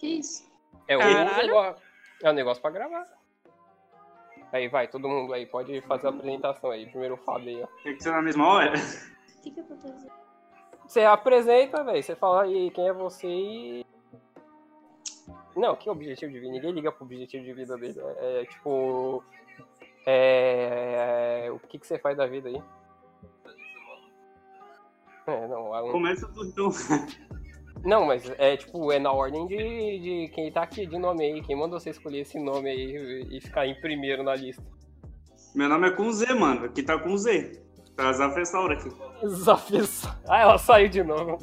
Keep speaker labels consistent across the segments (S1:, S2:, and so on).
S1: Que isso?
S2: É um
S3: Caralho.
S2: negócio, é um negócio pra gravar. Aí vai, todo mundo aí, pode fazer a apresentação aí. Primeiro o Fábio aí, ó.
S4: Tem que ser na mesma hora?
S1: O que que aconteceu?
S2: Você apresenta, velho. Você fala aí quem é você e. Não, que objetivo de vida? Ninguém liga pro objetivo de vida dele. É, é, tipo. É. O que, que você faz da vida aí? É, não, é um-
S4: Começa tudo então.
S2: não, mas é tipo, é na ordem de, de quem tá aqui de nome aí. Quem manda você escolher esse nome aí e ficar em primeiro na lista.
S4: Meu nome é com Z, mano. Aqui tá com Z. Tá Zafessaura aqui.
S2: Zafissa. Ah, ela saiu de novo.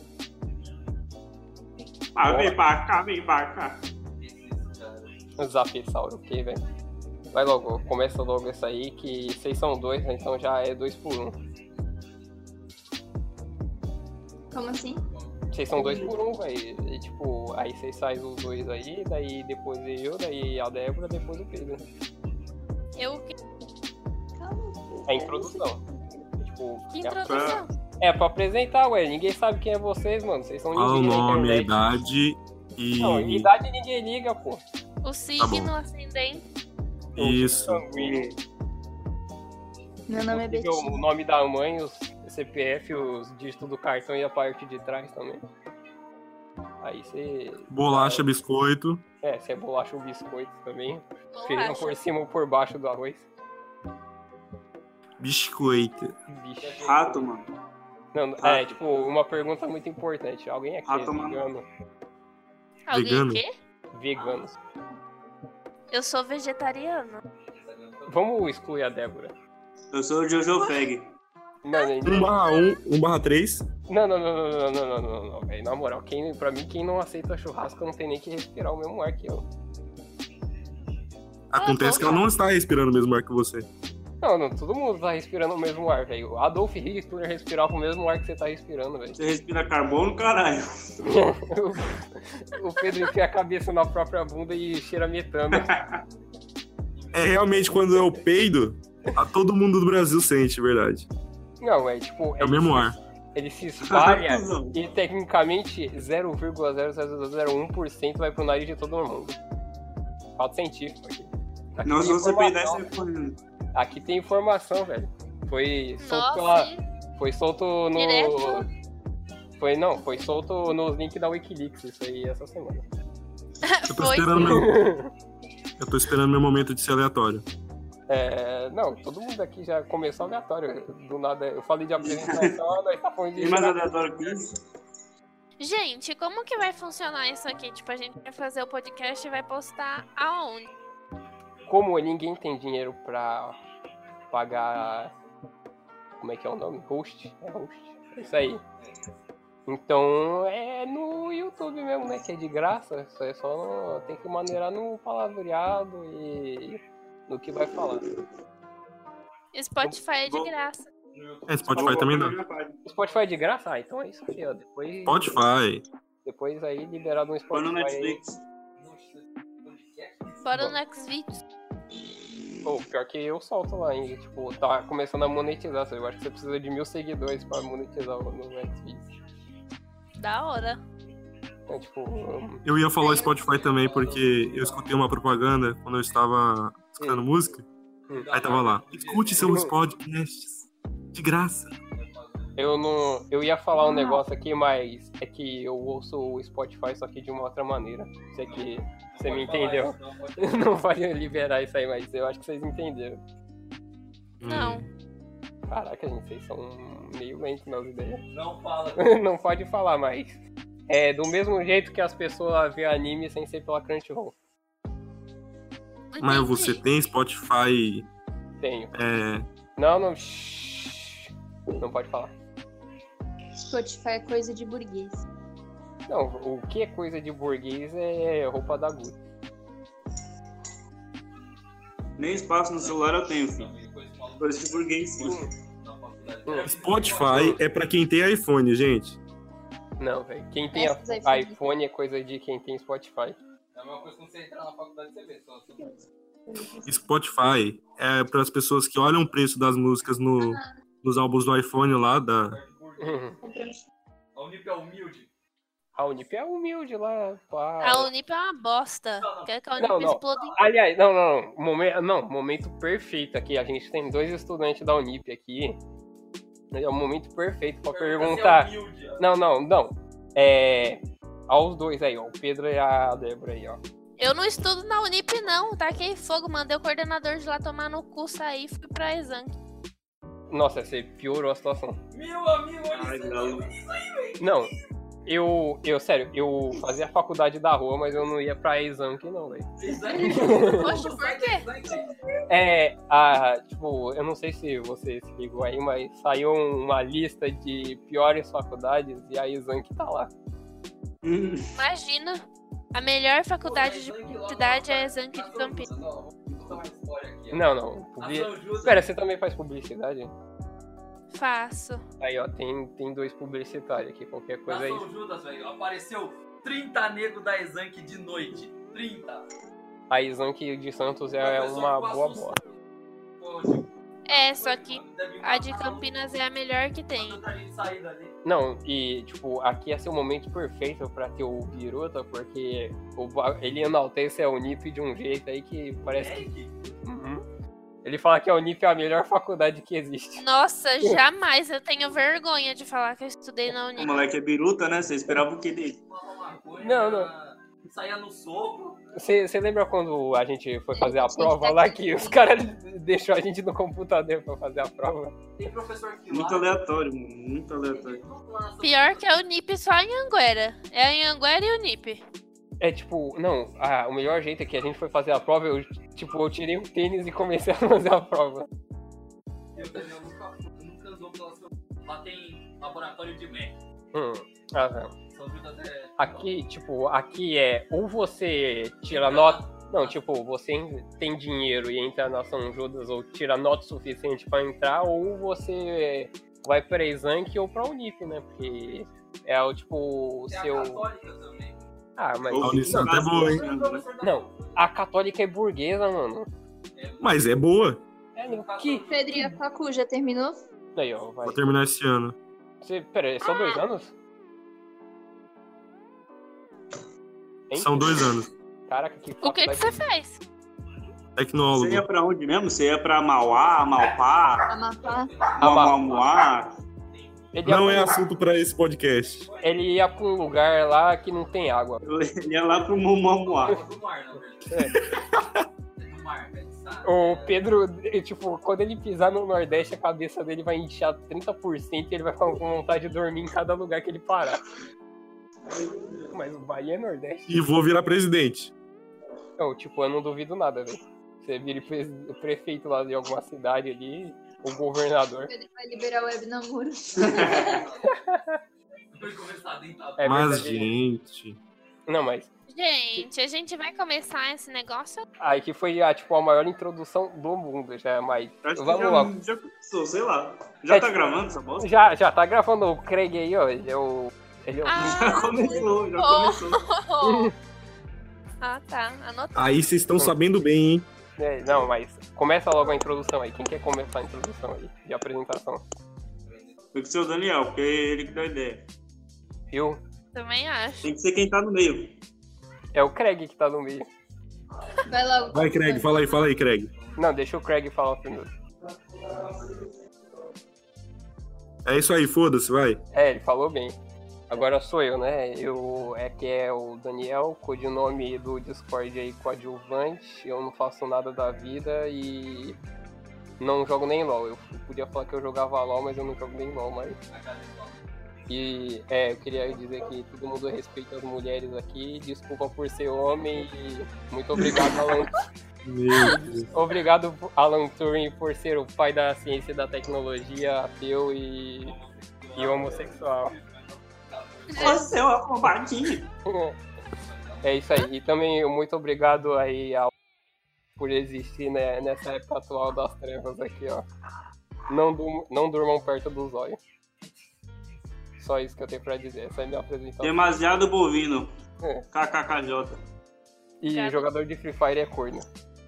S4: Ah, vem pra cá, vem pra cá.
S2: Zafissauro, ok, velho. Vai logo, começa logo essa aí, que vocês são dois, né? então já é dois por um.
S1: Como assim?
S2: Vocês são dois por um, velho. E, Tipo, aí vocês saem os dois aí, daí depois eu, daí a Débora, depois o Pedro.
S3: Eu que
S1: Calma. filho.
S2: É a introdução. É, Tipo,
S3: que
S2: é,
S3: introdução.
S2: é pra apresentar, ué. Ninguém sabe quem é vocês, mano. Vocês são
S5: Qual o
S2: ninguém na
S5: nome, a
S4: é?
S2: internet.
S5: idade e.
S2: Não, idade ninguém liga, pô.
S3: O signo
S5: bom.
S3: ascendente.
S5: Isso.
S2: Sanguíneo.
S1: Meu nome é
S2: Possível,
S1: Betinho.
S2: O nome da mãe, os CPF, os dígitos do cartão e a parte de trás também. Aí você.
S5: Bolacha, biscoito.
S2: É, você bolacha o biscoito também. Feijão por
S3: Bolacha.
S2: cima ou por baixo do arroz.
S5: Biscoito.
S2: Bicho.
S4: Rato, mano.
S2: Não, é,
S4: rato.
S2: tipo, uma pergunta muito importante. Alguém aqui
S4: Rato,
S2: é
S4: mano.
S2: vegano?
S3: Alguém
S5: Vegano?
S3: o quê?
S2: Vegano.
S3: Eu sou vegetariano.
S2: Vamos excluir a Débora.
S4: Eu sou o Jojo Feg.
S2: Não, não,
S5: 1 barra 1, 1 barra 3.
S2: não, não, não, não, não, não, não, não, não, velho. Na moral, quem, pra mim, quem não aceita churrasco não tem nem que respirar o mesmo ar que eu.
S5: Acontece que ela não está respirando o mesmo ar que você.
S2: Não, não, todo mundo tá respirando o mesmo ar, velho. Adolf Hitler respirava o mesmo ar que você tá respirando, velho.
S4: Você respira carbono, caralho.
S2: o Pedro enfia a cabeça na própria bunda e cheira metano.
S5: É realmente quando eu peido, a todo mundo do Brasil sente, verdade.
S2: Não, é tipo.
S5: É o mesmo ar.
S2: Ele se espalha e tecnicamente 0,0001% vai pro nariz de todo mundo. Fato científico aqui. Aqui
S4: Não, se
S2: tem
S4: você peidar,
S2: informação.
S4: você correndo.
S2: Aqui tem informação, velho. Foi solto,
S3: Nossa,
S2: pela, foi solto no.
S3: Direto?
S2: Foi não, foi solto nos links da Wikileaks, isso aí essa semana.
S5: Eu tô
S3: foi.
S5: esperando meu. Eu tô esperando meu momento de ser aleatório.
S2: É, não, todo mundo aqui já começou aleatório. Do nada, eu falei de apresentação, nós tá falando de.
S4: Tem mais aleatório que isso?
S3: Gente, como que vai funcionar isso aqui? Tipo, a gente vai fazer o podcast e vai postar aonde?
S2: Como ninguém tem dinheiro pra pagar. Como é que é o nome? Host? É host. É isso aí. Então é no YouTube mesmo, né? Que é de graça. Isso é só. Tem que maneirar no palavreado e no que vai falar.
S3: Spotify é de
S4: Bom.
S3: graça.
S5: É, Spotify também não.
S2: O Spotify é de graça? Ah, então é isso aí, ó. Depois,
S5: Spotify.
S2: depois aí liberado no
S4: Foi
S2: Spotify.
S4: no Netflix.
S3: Bora no Xvideos.
S2: Pô, pior que eu solto lá, hein? Tipo, tá começando a monetizar. sabe? Eu acho que você precisa de mil seguidores pra monetizar o- no Netflix.
S3: Da hora.
S2: É, tipo, um,
S5: Eu ia
S3: É.
S5: falar Spotify também porque eu escutei uma propaganda quando eu estava escutando música. Aí tá tava lá. Escute seus podcasts. De graça.
S2: eu não. Eu ia falar um negócio aqui, mas é que eu ouço o Spotify só que de uma outra maneira. Isso é que você me entendeu. Não vai liberar isso aí, mas eu acho que vocês entenderam.
S3: Não.
S2: Caraca, gente, vocês são meio lentos nas ideias.
S6: Não fala.
S2: não pode falar mais. É do mesmo jeito que as pessoas vê anime sem ser pela Crunchyroll.
S3: Não
S5: Mas
S3: entendi.
S5: você tem Spotify.
S2: Tenho.
S5: É,
S2: Não, não. shhh. Não pode falar.
S1: Spotify é coisa de burguês.
S2: Não, o que é coisa de burguês é roupa da Gucci.
S4: Nem espaço no celular eu tenho, filho. Coisa de burguês, sim.
S2: Hum,
S5: Spotify é pra quem tem iPhone, gente.
S2: Não, velho. Quem tem
S1: Essas
S2: a-
S1: iPhone.
S2: iPhone é coisa de quem tem Spotify.
S6: É uma coisa quando você entrar na faculdade você vê. Só você
S5: Spotify é para as pessoas que olham o preço das músicas no,
S1: um
S5: nos álbuns do iPhone lá, da,
S6: A Unip é humilde.
S2: Hum, A Unip é humilde lá. pá.
S3: A Unip é uma bosta. Quero que a Unip
S2: Não, não.
S3: exploda em
S2: Aliás, não, não, não. Momento, não, momento perfeito aqui. A gente tem dois estudantes da Unip aqui. É o momento perfeito pra perguntar.
S6: Se é humilde.
S2: Não, não, não. É. Aos dois aí, ó. O Pedro e a Débora aí, ó.
S3: Eu não estudo na Unip, não. Taquei fogo, mandei o coordenador de lá tomar no cu, saí e fui pra Exanc.
S2: Nossa, você piorou a situação.
S6: Meu amigo, olha
S4: Ai,
S6: isso
S4: não.
S6: aqui.
S2: Não, eu, eu, sério, eu fazia a faculdade da rua, mas eu não ia pra Exanc, não, velho.
S3: Poxa, por quê?
S2: É, a, tipo, eu não sei se você se ligou aí, mas saiu um, uma lista de piores faculdades e a Exanc tá lá.
S4: Hum,
S3: Imagina. A melhor faculdade de publicidade é a Exanc de Campinas.
S2: Não, não. Publi... Pera, você também faz publicidade?
S3: Faço.
S2: Aí, ó, tem, tem dois publicitários aqui, qualquer coisa é aí.
S6: São Judas, velho. Apareceu 30 negros da Exanc de noite. 30.
S2: A Exanc de Santos é
S6: Professor,
S2: uma
S6: com
S2: boa
S6: assust-
S2: bola.
S6: Poxa,
S3: É, só que
S6: deve
S3: a de
S6: matar
S3: Campinas é a melhor que tem.
S6: tanta gente sair dali.
S2: Não, e, tipo, aqui é seu momento perfeito pra ter o Biruta, porque o, ba- ele enaltece a Unip de um jeito aí que parece que.
S6: Eric?
S2: Uhum. Ele fala que a Unip é a melhor faculdade que existe.
S3: Nossa, jamais. Eu tenho vergonha de falar que eu estudei na
S4: o
S3: Unip.
S4: moleque é biruta, né? Você esperava o que ele.
S6: Fumava maconha,
S2: Não,
S6: Saía no soco.
S2: Você você lembra quando a gente foi fazer a
S1: Gente,
S2: prova
S1: tá
S2: lá
S1: aqui.
S2: que os caras deixou a gente no computador pra fazer a prova?
S6: Tem professor que
S4: Muito
S6: lá.
S4: aleatório, mano. Muito aleatório.
S3: Pior que a Unip só a Anhanguera. É a Anhanguera e a Unip.
S2: É tipo, não, ah, o melhor jeito é que a gente foi fazer a prova, eu, tipo, eu tirei o tênis e comecei a fazer a prova.
S6: Eu também eu nunca, nunca andou pela sua. Lá tem laboratório de Mac.
S2: Hum, ah, tá.
S6: São Judas é.
S2: Aqui, tipo, aqui é ou você tira nota. Não, tipo, você tem dinheiro e entra na São Judas ou tira nota suficiente pra entrar, ou você vai pra Exanc ou pra Unip, né? Porque é o tipo o
S6: Tem a
S2: seu.
S6: católica também.
S2: Ah, mas.
S5: Ou- Unisanta é boa, hein?
S4: né?
S2: Não, a católica é burguesa, mano.
S5: Mas é boa.
S2: É, não, que.
S1: Pedro e a Facu já terminou?
S2: Daí, ó, vai.
S5: Vou terminar esse ano.
S2: Você, pera, é só dois anos? Hein?
S5: São dois anos.
S2: Caraca, que
S3: O que, que você fez?
S4: Você ia
S5: Tecnólogo.
S4: pra onde mesmo? Você ia pra Mauá, Malpá,
S1: Amapá?
S4: Mamuá?
S2: Ele ia,
S5: Não
S2: pra-
S5: é assunto pra esse podcast.
S2: ele ia pra um lugar lá que não tem água.
S4: Ele ia lá pro Mamuá.
S6: Do mar, na verdade. É do mar, velho. sabe?
S2: O Pedro, eh, tipo, quando ele pisar no Nordeste, a cabeça dele vai inchar 30% e ele vai ficar com vontade de dormir em cada lugar que ele parar. Mas o Bahia é Nordeste.
S5: E vou virar presidente.
S2: Não, tipo, eu não duvido nada, velho. Você vira pre- prefeito lá de alguma cidade ali, o governador.
S1: Pedro vai liberar o web namoro.
S6: Depois começar a dentar.
S2: É
S5: Mas,
S2: verdadeiro.
S5: gente.
S2: Não, mas.
S3: Gente, a gente vai começar esse negócio?
S2: Aí que foi a, tipo, a maior introdução do mundo já, mas.
S4: Acho que
S2: Vamos
S4: já,
S2: lá.
S4: já começou, sei lá. Já
S2: É,
S4: tá
S2: tipo-
S4: gravando essa bosta?
S2: Já, já, tá gravando o Craig aí, ó. Ele é o. Ele é o.
S4: Já
S3: Ah,
S4: começou, já
S3: Oh.
S4: começou.
S3: ah tá. Anotei.
S5: Aí vocês estão sabendo bem, hein?
S2: É, não, mas começa logo a introdução aí. Quem quer começar a introdução aí? De apresentação.
S4: Tem que ser o Daniel, porque é ele que dá ideia.
S2: Eu?
S3: Também acho.
S4: Tem que ser quem tá no meio.
S2: É o Craig que tá no meio.
S1: Vai logo.
S5: Vai, Craig, fala aí, fala aí, Craig.
S2: Não, deixa o Craig falar primeiro.
S5: É isso aí, foda-se, vai.
S2: É, ele falou bem. Agora sou eu, né? Eu é que é o Daniel, codinome do Discord aí coadjuvante. Eu não faço nada da vida e não jogo nem LOL. Eu podia falar que eu jogava LOL, mas eu não jogo nem LOL mais. E é, eu queria dizer que todo mundo respeita as mulheres aqui. Desculpa por ser homem e muito obrigado, Alan
S5: Meu Deus.
S2: Obrigado, Alan Turing, por ser o pai da ciência e da tecnologia, ateu e, e homossexual.
S4: Você é uma bombadinha.
S2: É isso aí. E também muito obrigado aí ao por existir né, nessa época atual das trevas aqui, ó. Não, durm- não durmam perto dos olhos. Só isso que eu tenho pra dizer. Essa é a minha apresentação.
S4: Demasiado bovino.
S2: É.
S4: KKKJ.
S2: E jogador de Free Fire é corno.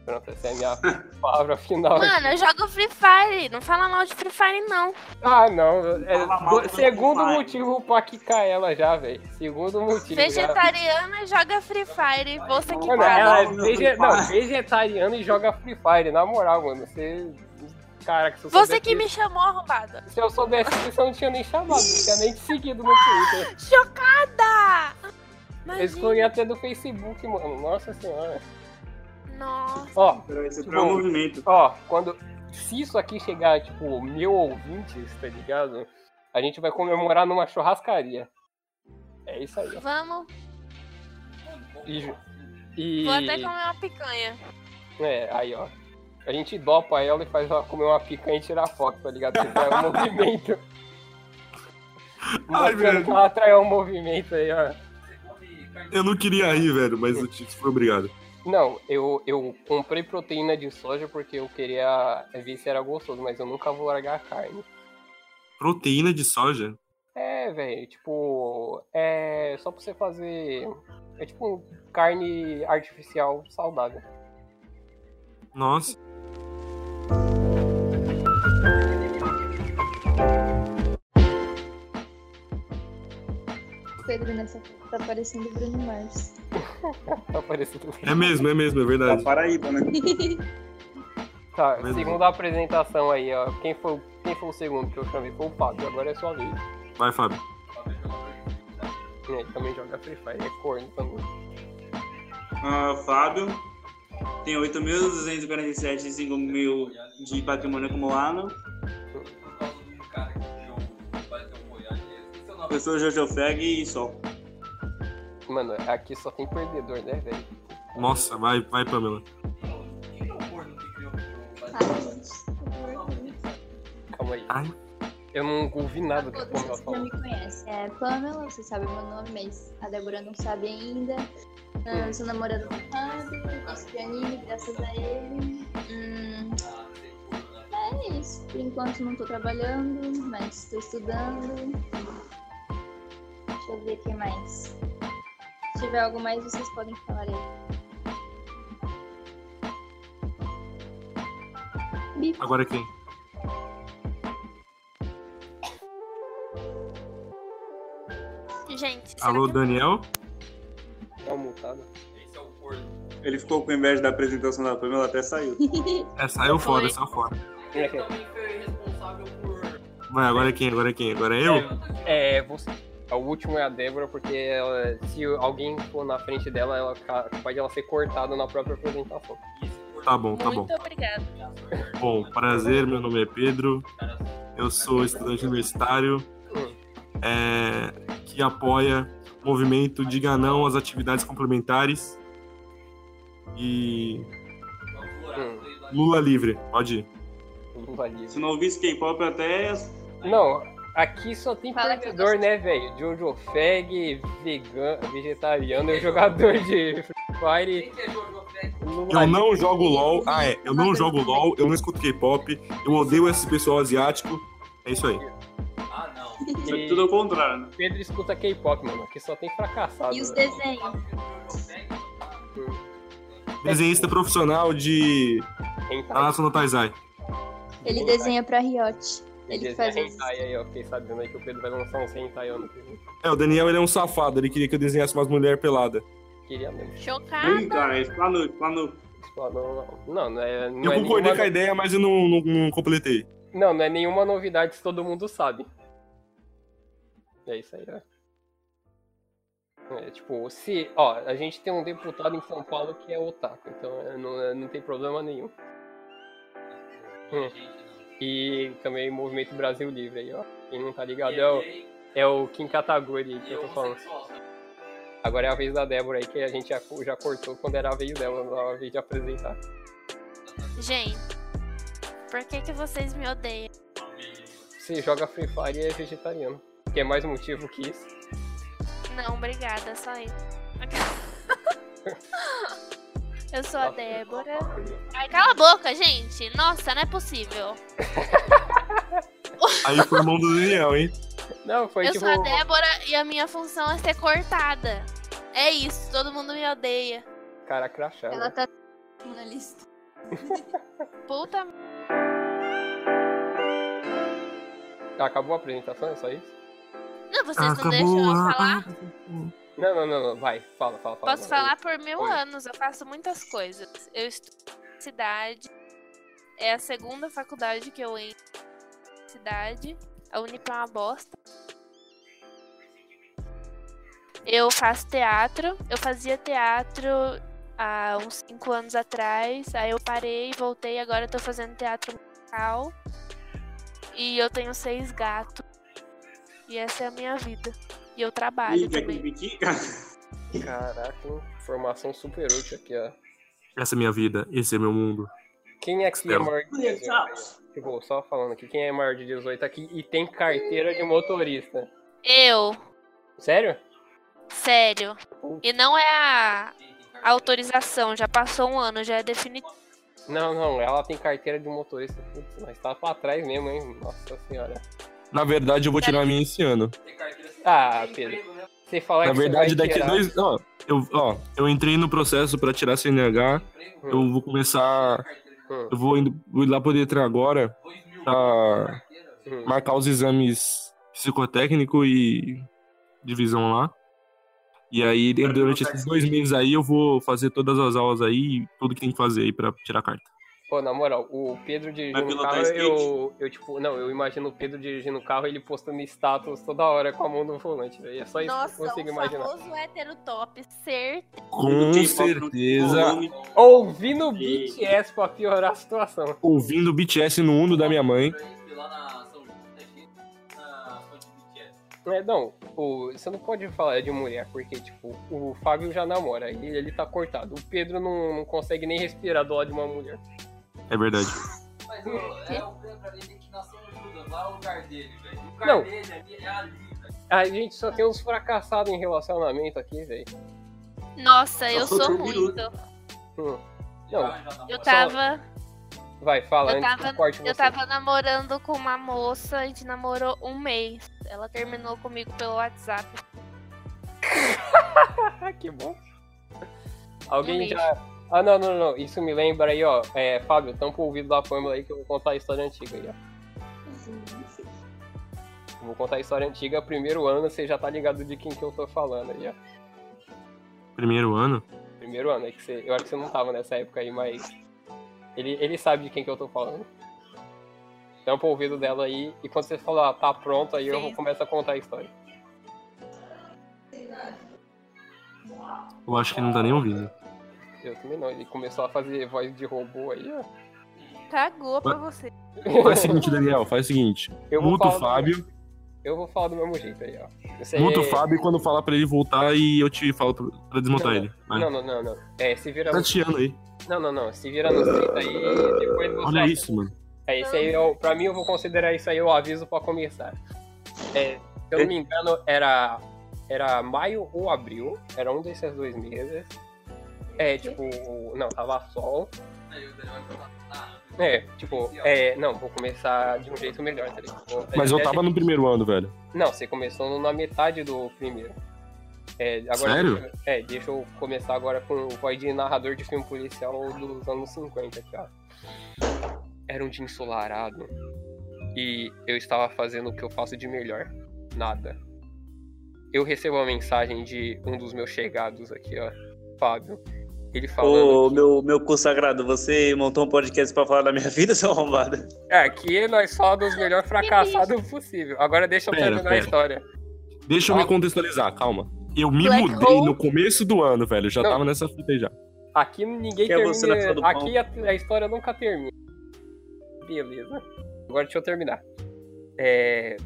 S2: Pronto, essa é a minha palavra final.
S3: Mano, eu jogo Free Fire. Não fala mal de Free Fire, não.
S2: Ah, não. é
S4: Fala mal
S2: do-
S4: do
S2: segundo
S4: pai.
S2: motivo pra quicar ela já, velho. Segundo motivo. já.
S3: Vegetariana joga Free Fire. Você que
S2: Mano,
S3: paga.
S2: ela é
S4: Fala mal do
S2: vege-
S4: Free
S2: não,
S4: Fire.
S2: vegetariana e joga Free Fire, na moral, mano. Você. Cara, se eu
S3: Você
S2: soubesse
S3: que me chamou, arrombada.
S2: Se eu soubesse disso, eu não tinha nem chamado, não tinha nem te seguido no Twitter.
S3: Chocada!
S2: Eu
S3: Imagina.
S2: excluí até do Facebook, mano. Nossa senhora.
S3: Nossa.
S2: Ó,
S4: Esse é o movimento.
S2: ó, quando. Se isso aqui chegar, tipo, mil ouvintes, tá ligado? A gente vai comemorar numa churrascaria. É isso aí, ó.
S3: Vamos.
S2: E. e-
S3: Vou até comer uma picanha.
S2: É, aí, ó. A gente dopa ela e faz ela comer uma picanha e tirar foto, tá ligado? Você vai um movimento.
S5: Ai,
S2: Mostrando
S5: velho.
S2: que ela atraiu um movimento aí, ó.
S5: Eu não queria ir, velho, mas o Tito foi obrigado.
S2: Não, eu, eu comprei proteína de soja porque eu queria ver se era gostoso, mas eu nunca vou largar a carne.
S5: Proteína de soja?
S2: É, velho, tipo, é só pra você fazer. É tipo carne artificial saudável.
S5: Nossa.
S1: Pedro nessa foto tá parecendo o Bruno Mars.
S2: Tá parecendo.
S5: É mesmo, é mesmo, é
S4: Da
S5: verdade.
S4: Paraíba, né?
S2: Tá,
S5: Mesmo.
S2: segunda apresentação aí, ó. Quem foi, o- quem foi o segundo que eu chamei? Foi o Fábio, agora é sua vez.
S5: Vai, Fábio.
S2: E Ele também joga Free Fire, é corno também.
S4: Ah, Fábio tem 8.247,5 mil de patrimônio acumulado.
S6: um é
S4: Eu sou o Jojo Feg e só.
S2: Mano, aqui só tem perdedor, né, velho?
S5: Nossa, vai, vai, Pamela.
S6: é um
S1: Ai, gente.
S2: Calma aí.
S5: Ai.
S2: Eu não ouvi nada do que a
S1: Todos
S2: Pamela
S1: vocês não Ah,
S2: falou.
S1: me conhecem. É Pamela, você sabe meu nome, mas a Débora não sabe ainda. Ah, eu sou namorada do Fábio, gosto de anime, graças a ele. Hum,
S6: Ah,
S1: é isso. Por enquanto não tô trabalhando, mas tô estudando. Deixa eu ver o que mais. Se tiver algo mais, vocês podem falar aí. Bip.
S5: Agora quem?
S3: Gente, será
S5: Alô,
S3: que-
S5: Daniel?
S2: Tá multado.
S6: é
S4: Ele ficou com inveja da apresentação da Pamela, até saiu.
S5: É, saiu fora,
S3: Foi.
S5: saiu fora.
S2: Quem é que é?
S5: Vai, agora é quem? Agora quem? Agora eu?
S2: É, você. O último é a Débora, porque ela- se alguém for na frente dela, ela ca- capaz de ela ser cortada na própria apresentação.
S5: Tá bom, tá bom.
S3: Muito obrigada.
S5: Tá. Bom, prazer, meu nome é Pedro, eu sou estudante universitário é, que apoia o movimento Diga Não às Atividades Complementares e
S6: Hum.
S5: Lula Livre, pode ir.
S2: Lula livre.
S4: Se não ouvisse K-pop, eu até
S2: Não, aqui só tem
S1: Fala que eu
S2: perdedor, né, velho? Jojo Feg, vegan, vegetariano, jogador de Free Fire. Lula
S5: Eu
S2: livre.
S5: não jogo LOL, ah é, eu não jogo LOL, eu não escuto K-pop, eu odeio esse pessoal asiático, é isso aí.
S6: Ah, não.
S4: Isso é
S2: E
S4: tudo ao contrário, né?
S2: Pedro escuta K-pop, mano. Aqui só tem fracassado.
S1: E os
S2: velho.
S1: desenhos?
S5: Desenhista profissional de
S2: Hentai.
S5: Naruto no Taizai.
S1: Ele
S2: Hentai.
S1: desenha pra Riot. Ele
S2: desenha
S1: faz os-
S2: hentai aí, ó. Fiquei sabendo aí que o Pedro vai lançar um hentai ano que vem.
S5: É, o Daniel ele é um safado, ele queria que eu desenhasse umas mulheres peladas.
S2: Queria mesmo. Tipo,
S4: Vem,
S3: tá Chocada.
S4: cara, isso lá no, isso lá no-
S2: Não, não, não, não é. Não
S5: Eu
S2: é
S5: concordei
S2: nenhuma-
S5: com a ideia, mas eu não- não- não completei.
S2: Não, não é nenhuma novidade, isso todo mundo sabe. É isso aí, né? É, tipo, se. Ó, a gente tem um deputado em São Paulo que é otaku, então é, não, é, não tem problema nenhum. Hum. E também o Movimento Brasil Livre aí, ó. Quem não tá ligado é o, é o Kim Kataguri que eu tô falando. Agora é a vez da Débora aí, que a gente já, já cortou quando era a vez dela, não era a vez de apresentar.
S3: Gente, por que, que vocês me odeiam?
S2: Você joga Free Fire e é vegetariano. Que é mais motivo que isso.
S3: Não, obrigada, só isso. Eu sou a Débora. Ai, cala a boca, gente. Nossa, não é possível.
S5: Aí foi o mão do Daniel, hein?
S2: Não, foi
S3: Eu
S2: tipo.
S3: sou a Débora e a minha função é ser cortada. É isso, todo mundo me odeia.
S2: Cara crachá.
S1: Ela
S2: né?
S1: tá na lista.
S3: Puta
S2: Acabou a apresentação, é só isso?
S3: Não, vocês
S2: Ah,
S3: não deixam eu falar?
S2: Não, não, não, não. Vai, fala, fala, fala.
S3: Posso falar por mil
S2: Oi.
S3: anos, eu faço muitas coisas. Eu estudo na cidade, é a segunda faculdade que eu entro na cidade, a Unip é uma bosta. Eu faço teatro, eu fazia teatro há uns cinco anos atrás, aí eu parei, voltei, agora eu tô fazendo teatro musical. E eu tenho seis gatos. E essa é a minha vida. E eu trabalho
S4: Ih, quer
S3: também.
S4: que pitica?
S2: Caraca, informação super útil aqui, ó.
S5: Essa é minha vida, esse é meu mundo.
S2: Quem aqui é
S5: Estela.
S2: maior de 18? Tipo, só falando aqui, quem é maior de 18 aqui e tem carteira de motorista?
S3: Eu,
S2: Sério?
S3: sério. E não é a a autorização, já passou um ano, já é definitivo.
S2: Não, não, ela tem carteira de motorista. Putz, mas tá pra trás mesmo, hein? Nossa senhora.
S5: Na verdade, eu vou tirar a minha esse ano.
S6: Tem carteira assim.
S2: Ah,
S6: tem
S2: Pedro,
S6: emprego, né?
S2: você falar
S5: Na
S2: que você vai
S5: verdade, daqui
S2: tirar-
S5: dois. Ó, eu, ó, eu entrei no processo pra tirar CNH.
S6: Emprego,
S5: Eu vou começar.
S6: carteira.
S2: Hum,
S5: Eu vou, indo, vou lá poder entrar agora
S6: Dois mil.
S5: pra
S6: Carteira, velho.
S2: hum.
S5: marcar os exames psicotécnico e divisão lá. E aí,
S4: Pra
S5: durante
S4: colocar
S5: esses
S4: isso
S5: dois
S4: aí.
S5: meses aí, eu vou fazer todas as aulas aí, tudo que tem que fazer aí pra tirar a carta.
S2: Pô, na moral, o Pedro dirigindo o
S4: pilotar
S2: carro,
S4: skate?
S2: eu, eu tipo, não, eu imagino o Pedro dirigindo o carro e ele postando status toda hora com a mão no volante, velho. É só isso que eu
S3: Nossa, um
S2: consigo
S3: o
S2: imaginar.
S3: famoso hétero top, certo?
S5: Com
S4: K-pop no
S5: certeza,
S4: volume.
S2: Ouvindo
S4: E-
S2: BTS pra piorar a situação.
S5: ouvindo BTS no mundo da minha mãe.
S6: E lá na São João, tá cheio, na fonte de BTS.
S2: É, não, o- você não pode falar de mulher, porque, tipo, o Fábio já namora e ele tá cortado. O Pedro não, não consegue nem respirar do lado de uma mulher.
S5: É verdade.
S6: Mas ô, é o Pedro ali tem que nascer um Judas, lá é o lugar dele, velho. O lugar
S2: Não.
S6: dele ali é ali, velho.
S2: A gente só tem uns fracassados em relacionamento aqui, velho.
S3: Nossa, eu
S4: Nossa,
S3: sou
S4: outro minuto.
S3: muito.
S2: Hum.
S4: Ah.
S2: Não,
S6: Já- já namora.
S3: Eu tá- tava,
S2: vai, fala
S3: Eu
S2: antes que
S3: tava-
S2: eu corte você.
S3: eu tava namorando com uma moça, a gente namorou um mês. Ela terminou comigo pelo WhatsApp.
S2: Ah, que bom. Alguém
S3: lixo.
S2: já... Ah, não, não, não. Isso me lembra aí, ó. É, Fábio, tampa o ouvido da Pâmela aí que eu vou contar a história antiga aí, ó. Eu Vou contar a história antiga, primeiro ano, você já tá ligado de quem que eu tô falando aí, ó.
S5: Primeiro ano.
S2: Primeiro ano, é que você, eu acho que você não tava nessa época aí, mas ele, ele sabe de quem que eu tô falando. Tampa o ouvido dela aí, e quando você falar tá pronto, aí eu
S3: Sim.
S2: vou começar a contar a história.
S5: Eu acho que não tá nem ouvindo.
S2: Eu também não, ele começou a fazer voz de robô aí, ó.
S3: Cagou pra você.
S5: Faz o seguinte, Daniel, faz o seguinte.
S2: Eu vou
S5: Muta o
S2: falar do-
S5: Fábio,
S2: Eu vou falar do mesmo jeito aí, ó. Você-
S5: muta o Fábio e quando falar pra ele voltar e eu te falo pra, pra desmontar
S2: Não,
S5: ele. Vai.
S2: Não, não, não, não. É, se vira
S5: Tá
S2: nos...
S5: chiando aí.
S2: Não, não, não. Se vira nos 30 aí, depois você...
S5: Olha isso, mano.
S2: É, isso aí, eu, pra mim, eu vou considerar isso aí o aviso pra começar. É, se eu não me engano, era, era maio ou abril, era um desses dois meses. É, tipo, não, tava sol.
S6: Aí o Daniel vai falar, ah,
S2: É, tipo, é, não, vou começar de um jeito melhor, tá ligado? Vou-
S5: Mas eu tava no primeiro ano, velho.
S2: Não, você começou na metade do primeiro. É, agora
S5: Sério?
S2: Deixa, eu- é, deixa eu começar agora com o voz de narrador de filme policial dos anos 50, cara. Era um dia ensolarado. E eu estava fazendo o que eu faço de melhor. Nada. Eu recebo uma mensagem de um dos meus chegados aqui, ó. Fábio. Ele falando.
S4: Ô, meu, meu consagrado, você montou um podcast pra falar da minha vida, seu arrombado?
S2: É, aqui nós só dos melhores fracassados possível. Agora deixa eu
S5: Pera,
S2: terminar a
S5: pera.
S2: história.
S5: Deixa eu me
S2: Ah.
S5: contextualizar, calma. Eu me
S3: Black
S5: mudei
S3: hole.
S5: no começo do ano, velho. Já
S2: Não.
S5: tava nessa fita aí já.
S2: Aqui ninguém
S4: Que é você na fila do
S2: termina.
S4: pão.
S2: Aqui a, a história nunca termina. Beleza. Agora deixa eu terminar. É.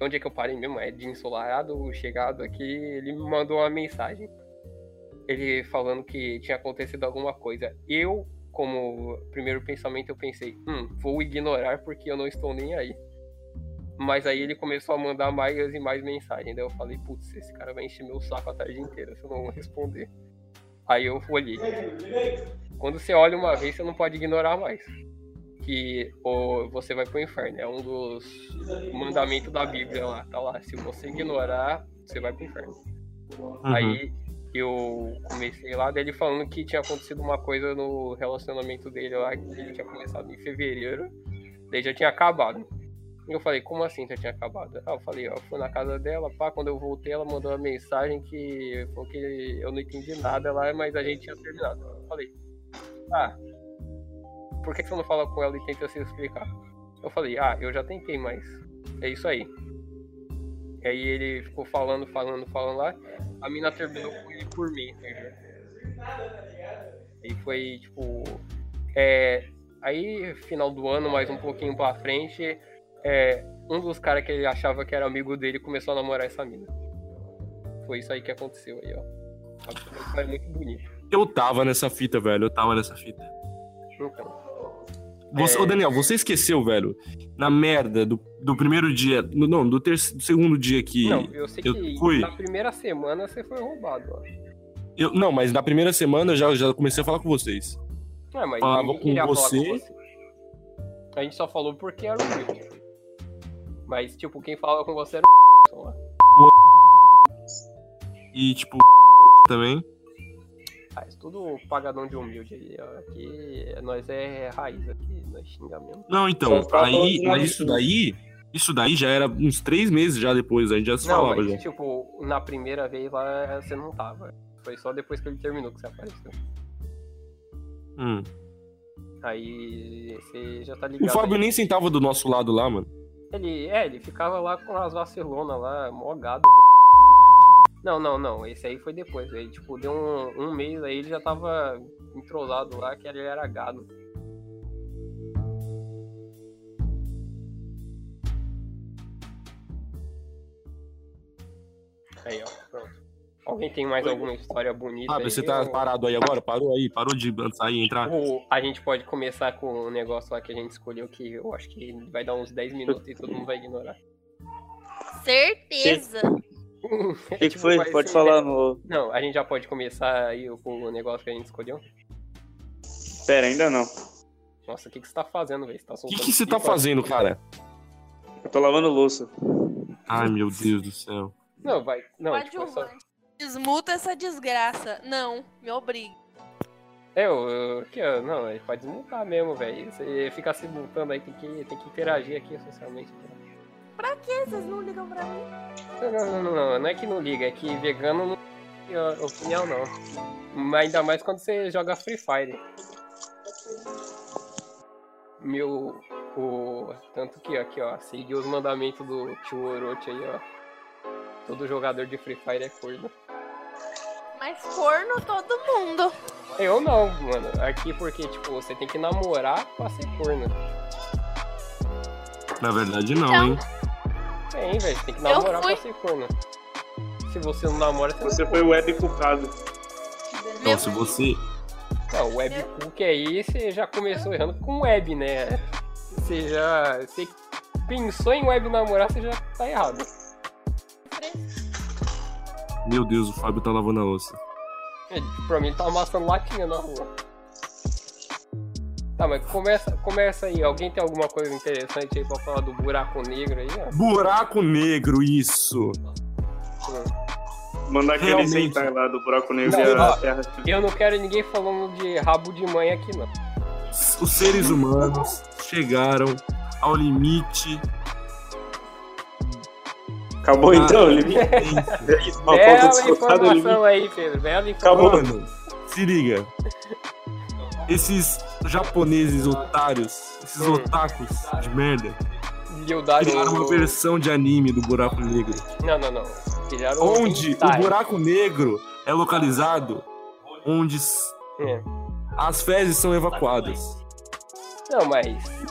S2: Onde é que eu parei mesmo? É de ensolarado, o chegado aqui, ele me mandou uma mensagem. Ele falando que tinha acontecido alguma coisa. Eu, como primeiro pensamento, eu pensei, hum, vou ignorar porque eu não estou nem aí. Mas aí ele começou a mandar mais e mais mensagens. Daí eu falei, putz, esse cara vai encher meu saco a tarde inteira se eu não responder. Aí eu olhei. Quando você olha uma vez, você não pode ignorar mais. Que ou você vai pro inferno. É um dos mandamentos da Bíblia lá. Tá lá. Se você ignorar, você vai pro inferno.
S5: Uhum.
S2: Aí eu comecei lá, dele falando que tinha acontecido uma coisa no relacionamento dele lá, que ele tinha começado em fevereiro, daí já tinha acabado. E eu falei, como assim já tinha acabado? Ah, eu falei, ó, eu fui na casa dela, pá, quando eu voltei ela mandou uma mensagem que, falou que eu não entendi nada lá, mas a gente tinha terminado. Eu falei, ah, por que que você não fala com ela e tenta se explicar? Eu falei, ah, eu já tentei, mas é isso aí. E aí ele ficou falando, falando, falando lá. A mina terminou com ele por Messenger. E foi tipo. É, aí, final do ano, mais um pouquinho pra frente, é, um dos caras que ele achava que era amigo dele começou a namorar essa mina. Foi isso aí que aconteceu aí, ó. Uma história muito bonita.
S5: Eu tava nessa fita, velho. Eu tava nessa fita.
S2: Então,
S5: Você,
S2: É.
S5: Ô, Daniel, você esqueceu, velho, na merda do, do primeiro dia. no- não, do, terce- do segundo dia que.
S2: não, eu sei
S5: eu
S2: que
S5: fui.
S2: na primeira semana você foi roubado, ó.
S5: Eu- não, mas na primeira semana eu já, já comecei a falar com vocês.
S2: Não, É, mas
S5: Falava
S2: ninguém
S5: com
S2: queria falar
S5: você.
S2: você. A gente só falou porque era o Will. Mas, tipo, quem falava com você era o sei lá.
S5: E, tipo, também.
S2: Ah, isso tudo pagadão de humilde aí, ó. Aqui, nós é raiz aqui, nós xinga mesmo.
S5: Não, então,
S4: Só tava
S5: aí,
S4: falando
S5: mas
S4: de
S5: isso daí. Isso daí já era uns três meses já depois, a gente já se
S2: Não,
S5: falava
S2: mas,
S5: já.
S2: tipo, na primeira vez lá você não tava. Foi só depois que ele terminou que você apareceu.
S5: Hum.
S2: Aí você já tá
S5: O
S2: ligado.
S5: Fábio
S2: aí.
S5: nem sentava do nosso lado lá, mano.
S2: Ele, é, ele ficava lá com as vacilonas lá, mó gado. Não, não, não. Esse aí foi depois. Aí, tipo, deu um, um mês aí, ele já tava entrosado lá, que ele era gado. Aí, ó, pronto. Alguém tem mais alguma história bonita?
S5: Fábio,
S2: aí? é-
S5: você tá
S2: Ou-
S5: parado aí agora? Parou aí? Parou de sair e entrar?
S2: ou a gente pode começar com um negócio lá que a gente escolheu, que eu acho que vai dar uns 10 minutos e todo mundo vai ignorar.
S3: Certeza.
S4: O
S2: tipo,
S4: que, que foi? Pode falar, amor.
S2: Não, a gente já pode começar aí com o negócio que a gente escolheu.
S4: Pera, ainda não.
S2: Nossa, o que, que você tá fazendo, velho? Você tá
S5: O
S2: soltando
S5: que, que você tá
S2: pipa?
S5: fazendo, cara?
S4: Eu tô lavando louça.
S5: Ai, meu Deus do céu.
S2: Não, vai. Não, tipo, só...
S3: Coadjuvante. Desmuta essa desgraça. Não, me obrigue.
S2: É, eu, eu, que, eu- não, ele pode desmontar mesmo, velho. Você fica se montando aí, tem que, tem que interagir aqui socialmente.
S3: Que vocês não ligam pra mim?
S2: Não, não, não, não, não é que não liga, é que vegano não tem ó, opinião, não. Mas ainda mais quando você joga Free Fire. Meu. O, tanto que aqui, ó, seguir os mandamentos do tio Orochi aí, ó. Todo jogador de Free Fire é corno.
S3: Mas corno todo mundo.
S2: Eu não, mano. Aqui porque, tipo, você tem que namorar pra ser corno.
S5: Na verdade, não,
S3: Então.
S5: hein?
S2: Tem, velho. Você tem que namorar
S3: fui.
S2: pra ser corno. Se você não namora, você,
S4: Você foi web culpado.
S5: Então, se você.
S2: Não, webcook aí, você já começou errando com web, né? Você já. Você pensou em web namorar, você já tá errado.
S5: Meu Deus, o Fábio tá lavando a louça.
S2: Ele, Pra mim, ele tá amassando latinha na rua. Tá, mas começa, começa aí. Alguém tem alguma coisa interessante aí pra falar do buraco negro aí, ó?
S5: Buraco negro, isso!
S4: Mandar aquele
S5: Realmente.
S4: sentar lá do buraco negro
S2: Não,
S4: e a
S2: não.
S4: terra.
S2: Eu não quero ninguém falando de rabo de mãe aqui, não.
S5: Os seres humanos chegaram ao limite.
S4: Acabou
S5: Ah.
S4: então, limite. Uma ponta
S2: Bela
S4: descontada, limite.
S2: informação aí, Pedro. Bela informação.
S4: Acabou.
S5: Mano, se liga. Esses japoneses otários, esses
S2: Hum.
S5: otakus de merda,
S2: Guildaram
S5: criaram uma
S2: o-
S5: versão de anime do Buraco Negro.
S2: Não, não, não. Criaram um o
S5: Onde
S2: hentai.
S5: o Buraco Negro é localizado onde s-
S2: É.
S5: as fezes são evacuadas.
S2: Não, mas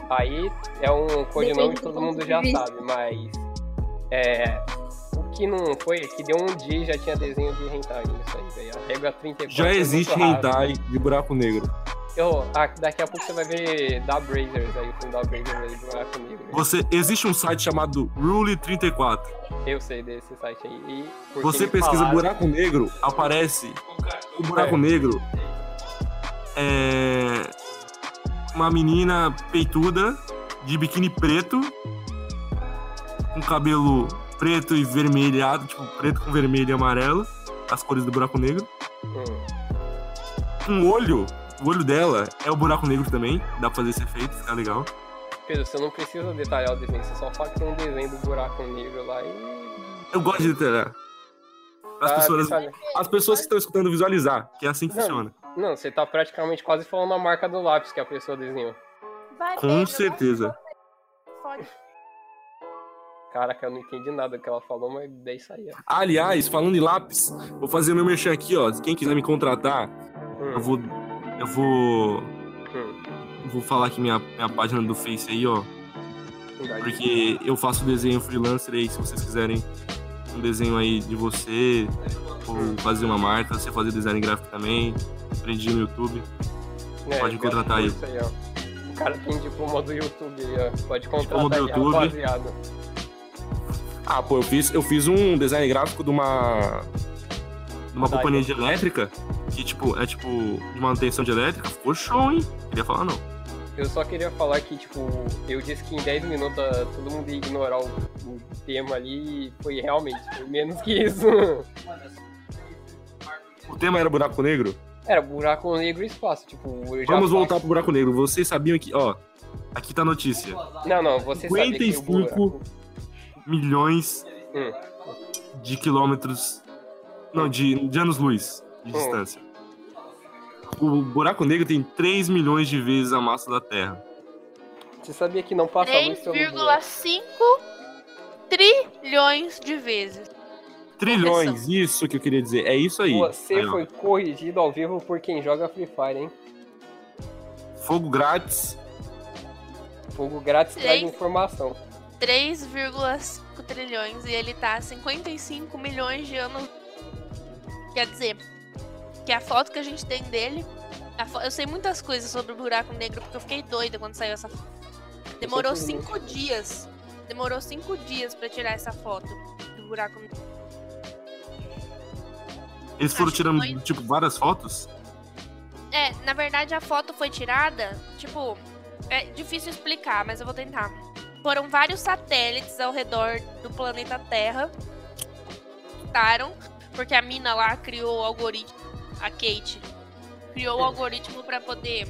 S2: aí é um codinome
S1: Depende
S2: que
S1: do
S2: todo
S1: ponto
S2: mundo
S1: de
S2: já
S1: vista.
S2: sabe, mas é, o que não foi é que deu um dia e já tinha desenho de hentai nisso aí, velho. A regra 34
S5: Já
S2: é
S5: existe
S2: muito rara.
S5: hentai de buraco negro.
S2: Eu, ah, daqui a pouco você vai ver da Brazers aí, o filme da Brazers aí do Buraco Negro.
S5: Você existe um site chamado Rule 34.
S2: Eu sei desse site aí. E porque
S5: Você
S2: me
S5: pesquisa
S2: falaram-
S5: buraco negro, aparece o buraco
S2: É.
S5: negro. É uma menina peituda de biquíni preto, com cabelo preto e vermelhado, tipo preto com vermelho e amarelo, as cores do buraco negro.
S2: Hum.
S5: Um olho, o olho dela é o buraco negro também. Dá pra fazer esse efeito, fica legal.
S2: Pedro, você não precisa detalhar o desenho, você só faz um desenho do buraco negro lá e.
S5: Eu gosto de detalhar. As
S2: Ah,
S5: pessoas,
S2: detalha.
S5: as pessoas que estão escutando visualizar, que é assim que
S2: Não.
S5: funciona.
S2: Não, você tá praticamente quase falando a marca do lápis que a pessoa desenhou.
S7: Vai,
S5: Com
S3: né?
S7: Pedro,
S5: certeza.
S7: Pode.
S2: Caraca, eu não entendi nada do que ela falou, mas é daí saía.
S5: Aliás, falando em lápis, vou fazer meu merchan aqui, ó. Quem quiser me contratar,
S2: Hum,
S5: eu vou. Eu vou.
S2: hum,
S5: Vou falar aqui minha, minha página do Face aí, ó.
S2: verdade.
S5: Porque eu faço desenho freelancer aí, se vocês quiserem um desenho aí de você, ou fazer uma marca, você fazer design gráfico também, aprendi no YouTube.
S2: É,
S5: pode
S2: eu
S5: contratar
S2: gosto
S5: aí.
S2: disso ó. O cara tem diploma do YouTube aí, ó. Pode contratar
S5: Diploma do
S2: aí,
S5: YouTube.
S2: rapaziada.
S5: Ah, pô, eu fiz, eu fiz um design gráfico de uma. de uma
S2: Daí.
S5: companhia de elétrica, que tipo, é tipo, de manutenção de elétrica, ficou show, hein? Queria falar não.
S2: Eu só queria falar que, tipo, eu disse que em 10 minutos ah, todo mundo ia ignorar o, o tema ali e foi realmente foi menos que isso.
S5: O tema era buraco negro?
S2: Era buraco negro e espaço, tipo, eu já faço-
S5: Vamos voltar pro buraco negro. Vocês sabiam que, ó, aqui tá a notícia.
S2: Não, não, você sabe que o
S5: 55
S2: buraco...
S5: milhões
S2: Hum.
S5: de quilômetros. Não, de, de anos-luz de
S2: Hum.
S5: distância. O buraco negro tem 3 milhões de vezes a massa da Terra.
S2: Você sabia que não passa luz pelo buraco?
S3: 3,5 trilhões de vezes.
S5: Trilhões, isso que eu queria dizer. É isso aí.
S2: Você
S5: Aí, ó.
S2: foi corrigido ao vivo por quem joga Free Fire, hein?
S5: Fogo grátis.
S2: Fogo grátis traz
S3: Três.
S2: informação.
S3: 3,5 trilhões e ele tá a 55 milhões de anos. Quer dizer, que a foto que a gente tem dele. a fo- Eu sei muitas coisas sobre o buraco negro, porque eu fiquei doida quando saiu essa foto. Demorou
S2: sei tudo.
S3: cinco dias. Demorou cinco dias pra tirar essa foto do buraco negro.
S5: Eles foram
S3: Acho que
S5: tirando,
S3: foi.
S5: tipo, várias fotos.
S3: É, na verdade a foto foi tirada, tipo, é difícil explicar, mas eu vou tentar. Foram vários satélites ao redor do planeta Terra que taram, porque a mina lá criou o algoritmo, a Kate criou o algoritmo pra poder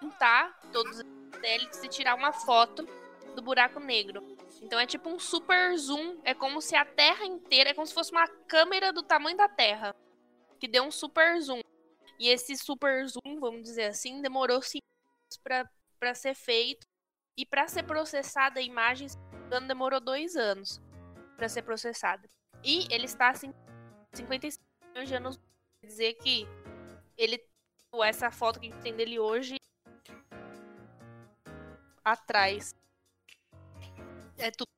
S3: juntar todos os satélites e tirar uma foto do buraco negro. Então é tipo um super zoom, é como se a Terra inteira, é como se fosse uma câmera do tamanho da Terra, que deu um super zoom. E esse super zoom, vamos dizer assim, demorou cinco anos pra, pra ser feito. E pra ser processada a imagem, se não me engano, demorou dois anos pra ser processada. E ele está assim, a 55 milhões de anos. Quer dizer que ele. Essa foto que a gente tem dele hoje. Atrás. É tudo.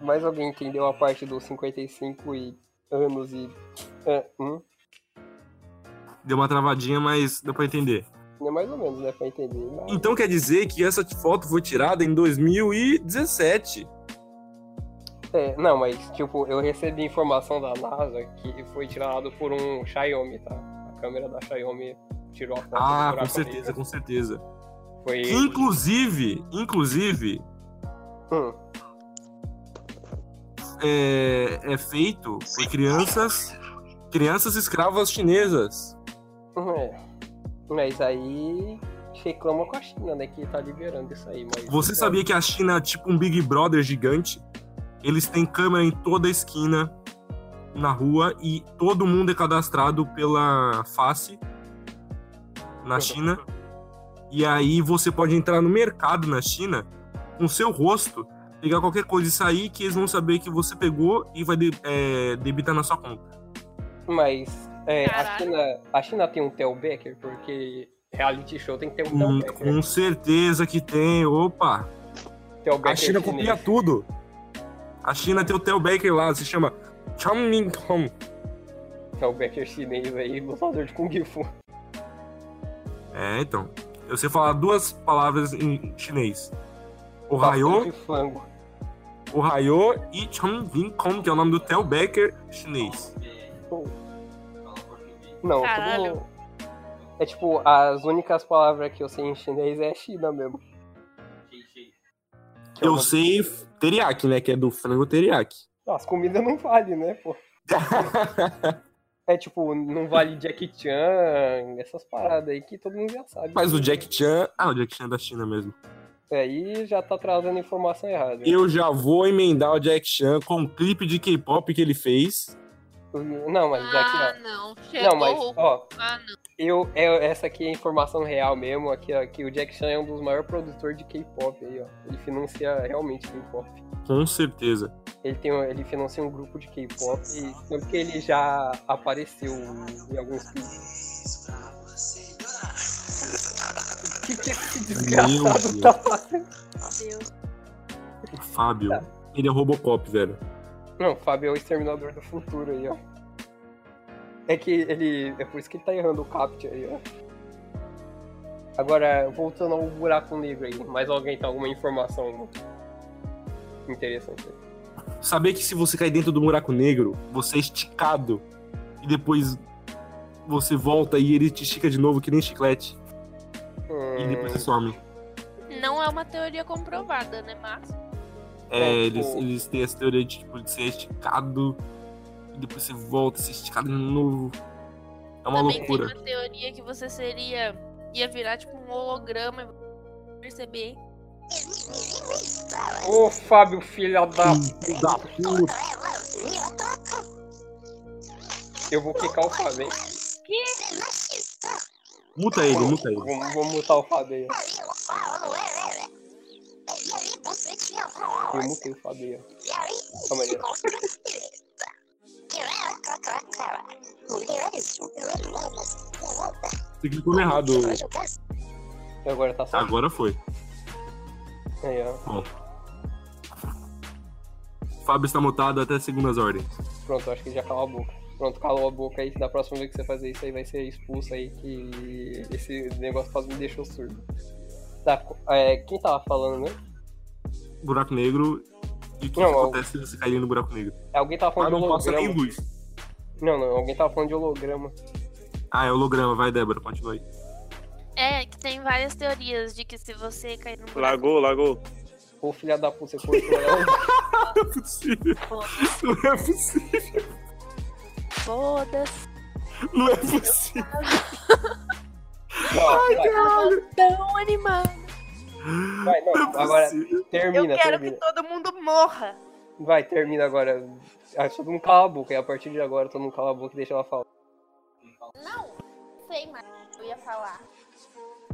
S2: Mais alguém entendeu a parte dos 55 e anos e... ah, hum?
S5: Deu uma travadinha, mas deu pra entender.
S2: É mais ou menos, né, pra entender. mas-
S5: Então quer dizer que essa foto foi tirada em 2017.
S2: É, não, mas tipo, eu recebi informação da NASA que foi tirado por um Xiaomi, tá? A câmera da Xiaomi tirou a foto do
S5: Ah,
S2: buraco
S5: com certeza,
S2: negro.
S5: com certeza.
S2: Foi.
S5: Inclusive, inclusive,
S2: Hum,
S5: é, é feito por crianças, crianças escravas chinesas.
S2: é. Mas aí reclama com a China, né? Que tá liberando isso aí, mas.
S5: Você sabia que a China é tipo um Big Brother gigante? Eles têm câmera em toda a esquina, na rua, e todo mundo é cadastrado pela face na China. E aí você pode entrar no mercado na China com seu rosto, pegar qualquer coisa e sair, que eles vão saber que você pegou e vai de- é, debitar na sua conta.
S2: Mas é, a,
S3: Caralho.
S2: China, a China tem um Tel Becker, porque reality show tem que ter um Tel
S5: Com,
S2: Becker.
S5: com certeza que tem. Opa!
S2: Tel
S5: hum. A
S2: Becker
S5: China
S2: chinês.
S5: copia tudo. A China tem o Theo Baker lá, se chama Chongming Hong.
S2: Tel é Becker chinês aí, lutador de Kung Fu.
S5: É, então. Eu sei falar duas palavras em chinês. O
S2: Bastante
S5: Rayo,
S2: flango.
S5: o Rayo e Chongming Hong, que é o nome do Theo Baker chinês.
S2: Não,
S3: Caralho.
S2: tudo. É tipo, as únicas palavras que eu sei em chinês é China mesmo. é
S5: Eu sei f- teriyaki, né? Que é do é frango teriyaki.
S2: Não, as comidas não vale, né, pô? É tipo, não vale Jack Chan, essas paradas aí que todo mundo já sabe.
S5: Mas o Jack Chan. Ah, o Jack Chan é da China mesmo.
S2: Isso aí já tá trazendo informação errada.
S5: Eu já vou emendar o Jack Chan com um clipe de K-pop que ele fez.
S2: Não, mas Jack
S3: Ah,
S2: não.
S3: não.
S2: Não,
S3: Chegou.
S2: mas, ó,
S3: Ah, não.
S2: eu, é- essa aqui é informação real mesmo, aqui, ó, que o Jack Chan é um dos maiores produtores de K-pop aí, ó. Ele financia realmente K-pop.
S5: Com certeza.
S2: Ele, tem, um- ele financia um grupo de K-pop, e tanto que ele já apareceu em alguns clipes. O que, que esse desgraçado
S5: Deus.
S2: tá fazendo?
S3: Deus.
S5: O Fábio. Ele é Robocop, velho.
S2: Não, o Fábio é o exterminador do futuro aí, ó. É que ele. É por isso que ele tá errando o Capture aí, ó. Agora, voltando ao buraco negro aí, mais alguém tem alguma informação interessante?
S5: Saber que se você cair dentro do buraco negro, você é esticado. E depois você volta e ele te estica de novo, que nem chiclete. E depois você
S2: Hum,
S5: some.
S3: Não é uma teoria comprovada, né, Mas
S5: É,
S2: tipo
S5: eles, eles têm essa teoria de, tipo, de ser esticado. E depois você volta, ser esticado de novo. É uma
S3: Também
S5: loucura.
S3: tem uma teoria que você seria. ia virar tipo um holograma e você não ia perceber.
S2: Ô, Fábio, filha da.
S5: Filho da
S2: tá.
S5: puta.
S2: Eu vou quicar o Fábio, hein?
S5: Muta ele, muta ele.
S2: Vou, vou mutar o Fábio aí, ó. Eu mutei o Fábio aí, ó. Calma aí, ó.
S5: Você clicou no errado.
S2: E Agora tá só.
S5: Agora foi.
S2: Aí, ó.
S5: Fábio está mutado até segundas ordens.
S2: Pronto, acho que ele já calou a boca. Pronto, calou a boca aí. Da próxima vez que você fazer isso aí, vai ser expulso aí. Que esse negócio quase me deixou surdo. Tá, co- é, quem tava falando, né?
S5: Buraco negro. E o que,
S2: Não,
S5: que
S2: eu-
S5: acontece se você cair no buraco negro?
S2: É, Alguém tava
S5: Ah,
S2: falando de
S5: não passa nem
S2: holograma.
S5: luz.
S2: Não, não, alguém tava falando de holograma.
S5: Ah, é holograma. Vai, Débora, continua aí.
S3: É, que tem várias teorias de que se você cair num buraco
S4: Lagou, lagou.
S2: Ô, filha da puta, você foi pro
S5: Não é possível. Não é possível.
S3: foda-se.
S5: Não é possível.
S2: Não, vai,
S3: Tava tão animado.
S2: vai,
S5: Não é
S2: não. Agora,
S5: possível.
S3: Eu
S2: termina,
S3: quero
S2: termina.
S3: que todo mundo morra.
S2: Vai, termina agora. Ah, todo mundo cala a boca. E a partir de agora, todo mundo cala a boca e deixa ela falar.
S3: Não, sei mais o que eu ia falar.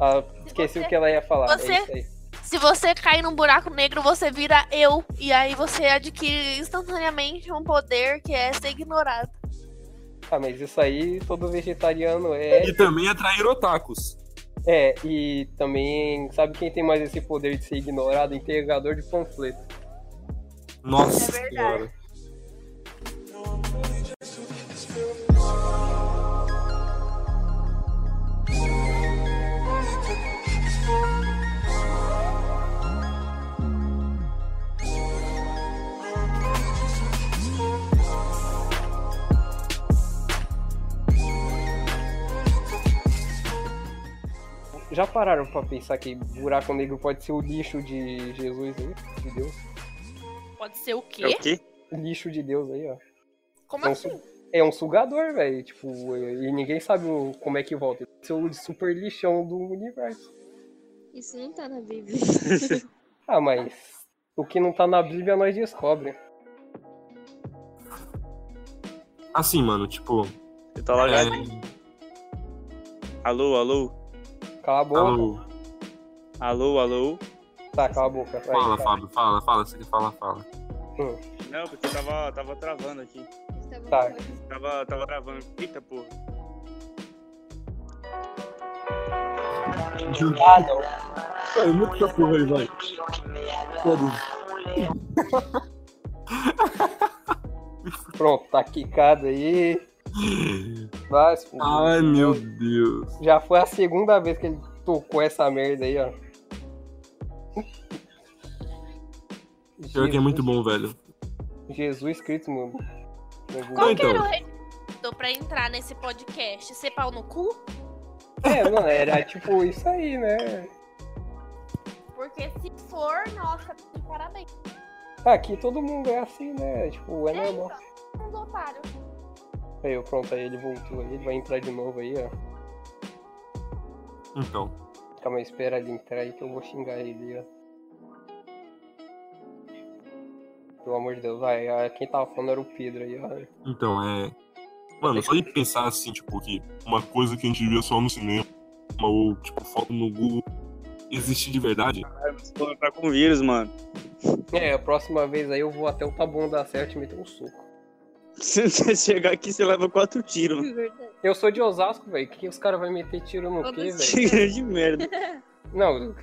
S2: Ah, esqueci
S3: você-
S2: o que ela ia falar.
S3: você-
S2: É isso aí.
S3: Se você cair num buraco negro, você vira eu. E aí você adquire instantaneamente um poder que é ser ignorado.
S2: Ah, mas isso aí todo vegetariano é.
S5: E também atrair otakus.
S2: É, e também, sabe quem tem mais esse poder de ser ignorado? Entregador de panfleto.
S5: Nossa
S3: É verdade.
S5: senhora.
S2: Já pararam pra pensar que buraco negro pode ser o lixo de Jesus aí? De Deus?
S3: Pode ser o
S4: É
S3: quê?
S4: o quê?
S2: Lixo de Deus aí, ó.
S3: Como
S2: É um,
S3: assim?
S2: su- é um sugador, velho. Tipo, e ninguém sabe o- como é que volta. Esse é o super lixão do universo.
S1: Isso não tá na Bíblia.
S2: Ah, mas o que não tá na Bíblia nós descobre.
S5: Assim, mano, tipo.
S4: Você tá
S5: É,
S4: lagado. Alô, alô.
S2: Cala a boca.
S5: alô,
S4: Alô, alô.
S2: Tá, cala a boca. vai,
S5: fala,
S2: tá.
S5: Fábio, fala, fala. Você quer falar, fala.
S4: Não, porque tava, tava travando aqui.
S2: Tá.
S4: Tava, tava travando. Eita, porra.
S2: Ah, não.
S5: É muito essa porra aí, vai. Foda-se.
S2: Pronto, tá quicado aí. Vai, se fuder.
S5: Ai, meu Deus.
S2: Já foi a segunda vez que ele tocou essa merda aí, ó.
S5: Pior que é muito bom, velho.
S2: Jesus Cristo, mano.
S3: Qual
S5: Não,
S3: que era
S5: então.
S3: o requisito pra entrar nesse podcast? Ser pau no cu?
S2: É, mano, era tipo isso aí, né?
S3: Porque se for, nossa, parabéns.
S2: Tá, Aqui todo mundo é assim, né? Tipo, é
S3: É,
S2: normal.
S3: então, um otário.
S2: Aí, ó, pronto, aí ele voltou aí, ele vai entrar de novo aí, ó.
S5: Então.
S2: Calma aí, espera ele entrar aí que eu vou xingar ele, ó. Pelo amor de Deus, vai. ó, Quem tava falando era o Pedro aí, ó.
S5: Então, é. Mano, só de pensar assim, tipo, que uma coisa que a gente via só no cinema, ou, tipo, foto no Google, existe de verdade.
S4: Pô, tá com vírus, mano.
S2: É, a próxima vez aí eu vou até o Taboão dar certo e meter um soco.
S4: Se você chegar aqui, você leva quatro tiros. mano.
S2: Eu sou de Osasco, velho. Que os caras vão meter tiro no quê, velho?
S4: Que grande merda.
S2: Não,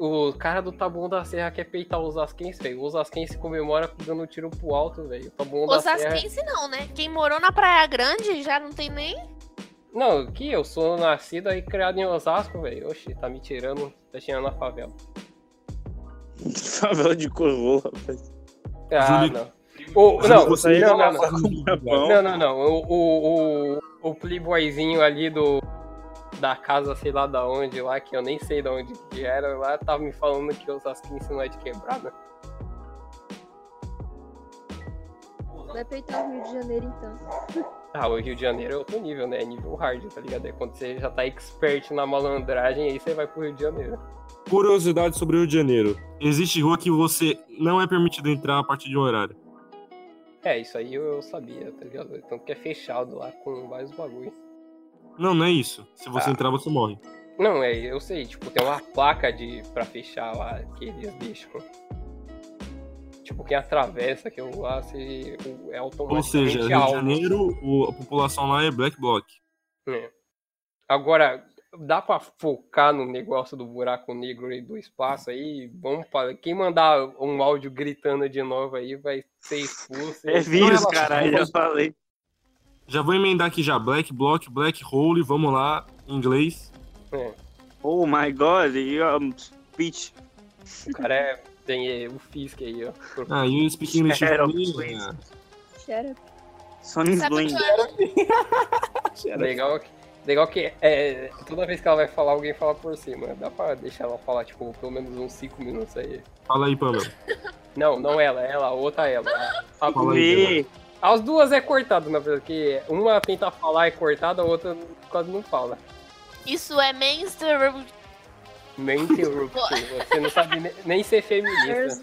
S2: o o cara do Taboão da Serra quer peitar os Osasquense, velho. O Osasquense comemora dando um tiro pro alto, velho. O Taboão da Serra...
S3: Osasquense não, né? Quem morou na Praia Grande já não tem nem.
S2: é- Não, que eu sou nascido e criado em Osasco, velho. Oxi, tá me tirando, tá tirando na favela.
S4: Favela de coroa, rapaz.
S2: Ah,
S5: Júlio-
S2: não. O,
S5: Júlio,
S2: não,
S5: você aí
S2: não,
S5: tá
S2: não, não.
S5: passando de verdade.
S2: Não, não, não. O, o, o, o playboyzinho ali do. Da casa, sei lá da onde lá, que eu nem sei da onde que era, lá tava me falando que Osasquense não é de quebrada.
S1: Vai peitar o Rio de Janeiro, então.
S2: Ah, o Rio de Janeiro é outro nível, né? É nível hard, tá ligado? É quando você já tá expert na malandragem, aí você vai pro Rio de Janeiro.
S5: Curiosidade sobre o Rio de Janeiro. Existe rua que você não é permitido entrar a partir de um horário.
S2: É, isso aí eu, eu sabia, tá ligado? Então que é fechado lá com vários bagulho.
S5: Não, não é isso. Se você
S2: Ah.
S5: entrar, você morre.
S2: Não, é, eu sei, tipo, tem uma placa de pra fechar lá que eles deixam. Tipo, quem atravessa aquilo lá se, o- é
S5: Ou
S2: automaticamente
S5: seja, Rio de
S2: alvo.
S5: Janeiro, o- a população lá é black bloc.
S2: Agora, dá pra focar no negócio do buraco negro e do espaço aí? Vamos para quem mandar um áudio gritando de novo aí vai ser expulso.
S4: É vírus,
S2: Não,
S4: caralho, já falei.
S5: Já vou emendar aqui já. Black bloc, black hole, vamos lá, em inglês.
S4: Oh my god, e a pitch.
S2: O cara é, tem é, o Fisk aí, ó.
S5: Ah, you speak English
S4: Era
S5: with me?
S4: please.
S5: Ah,
S1: Sério?
S4: Sonic
S3: Sabe é.
S4: Blind.
S3: onde eu-
S4: é
S2: Legal, que- legal que é, toda vez que ela vai falar, alguém fala por cima. Dá pra deixar ela falar, tipo, pelo menos uns 5 minutos aí.
S5: Fala aí, Pamela.
S2: Não, não ela, ela, a outra é ela. A- a-
S5: Fala aí.
S4: E
S2: as duas é cortado, na verdade, que uma tenta falar é cortada, a outra quase não fala.
S3: Isso é mainstream.
S2: Nem interrupting, você não sabe ne- nem ser feminista.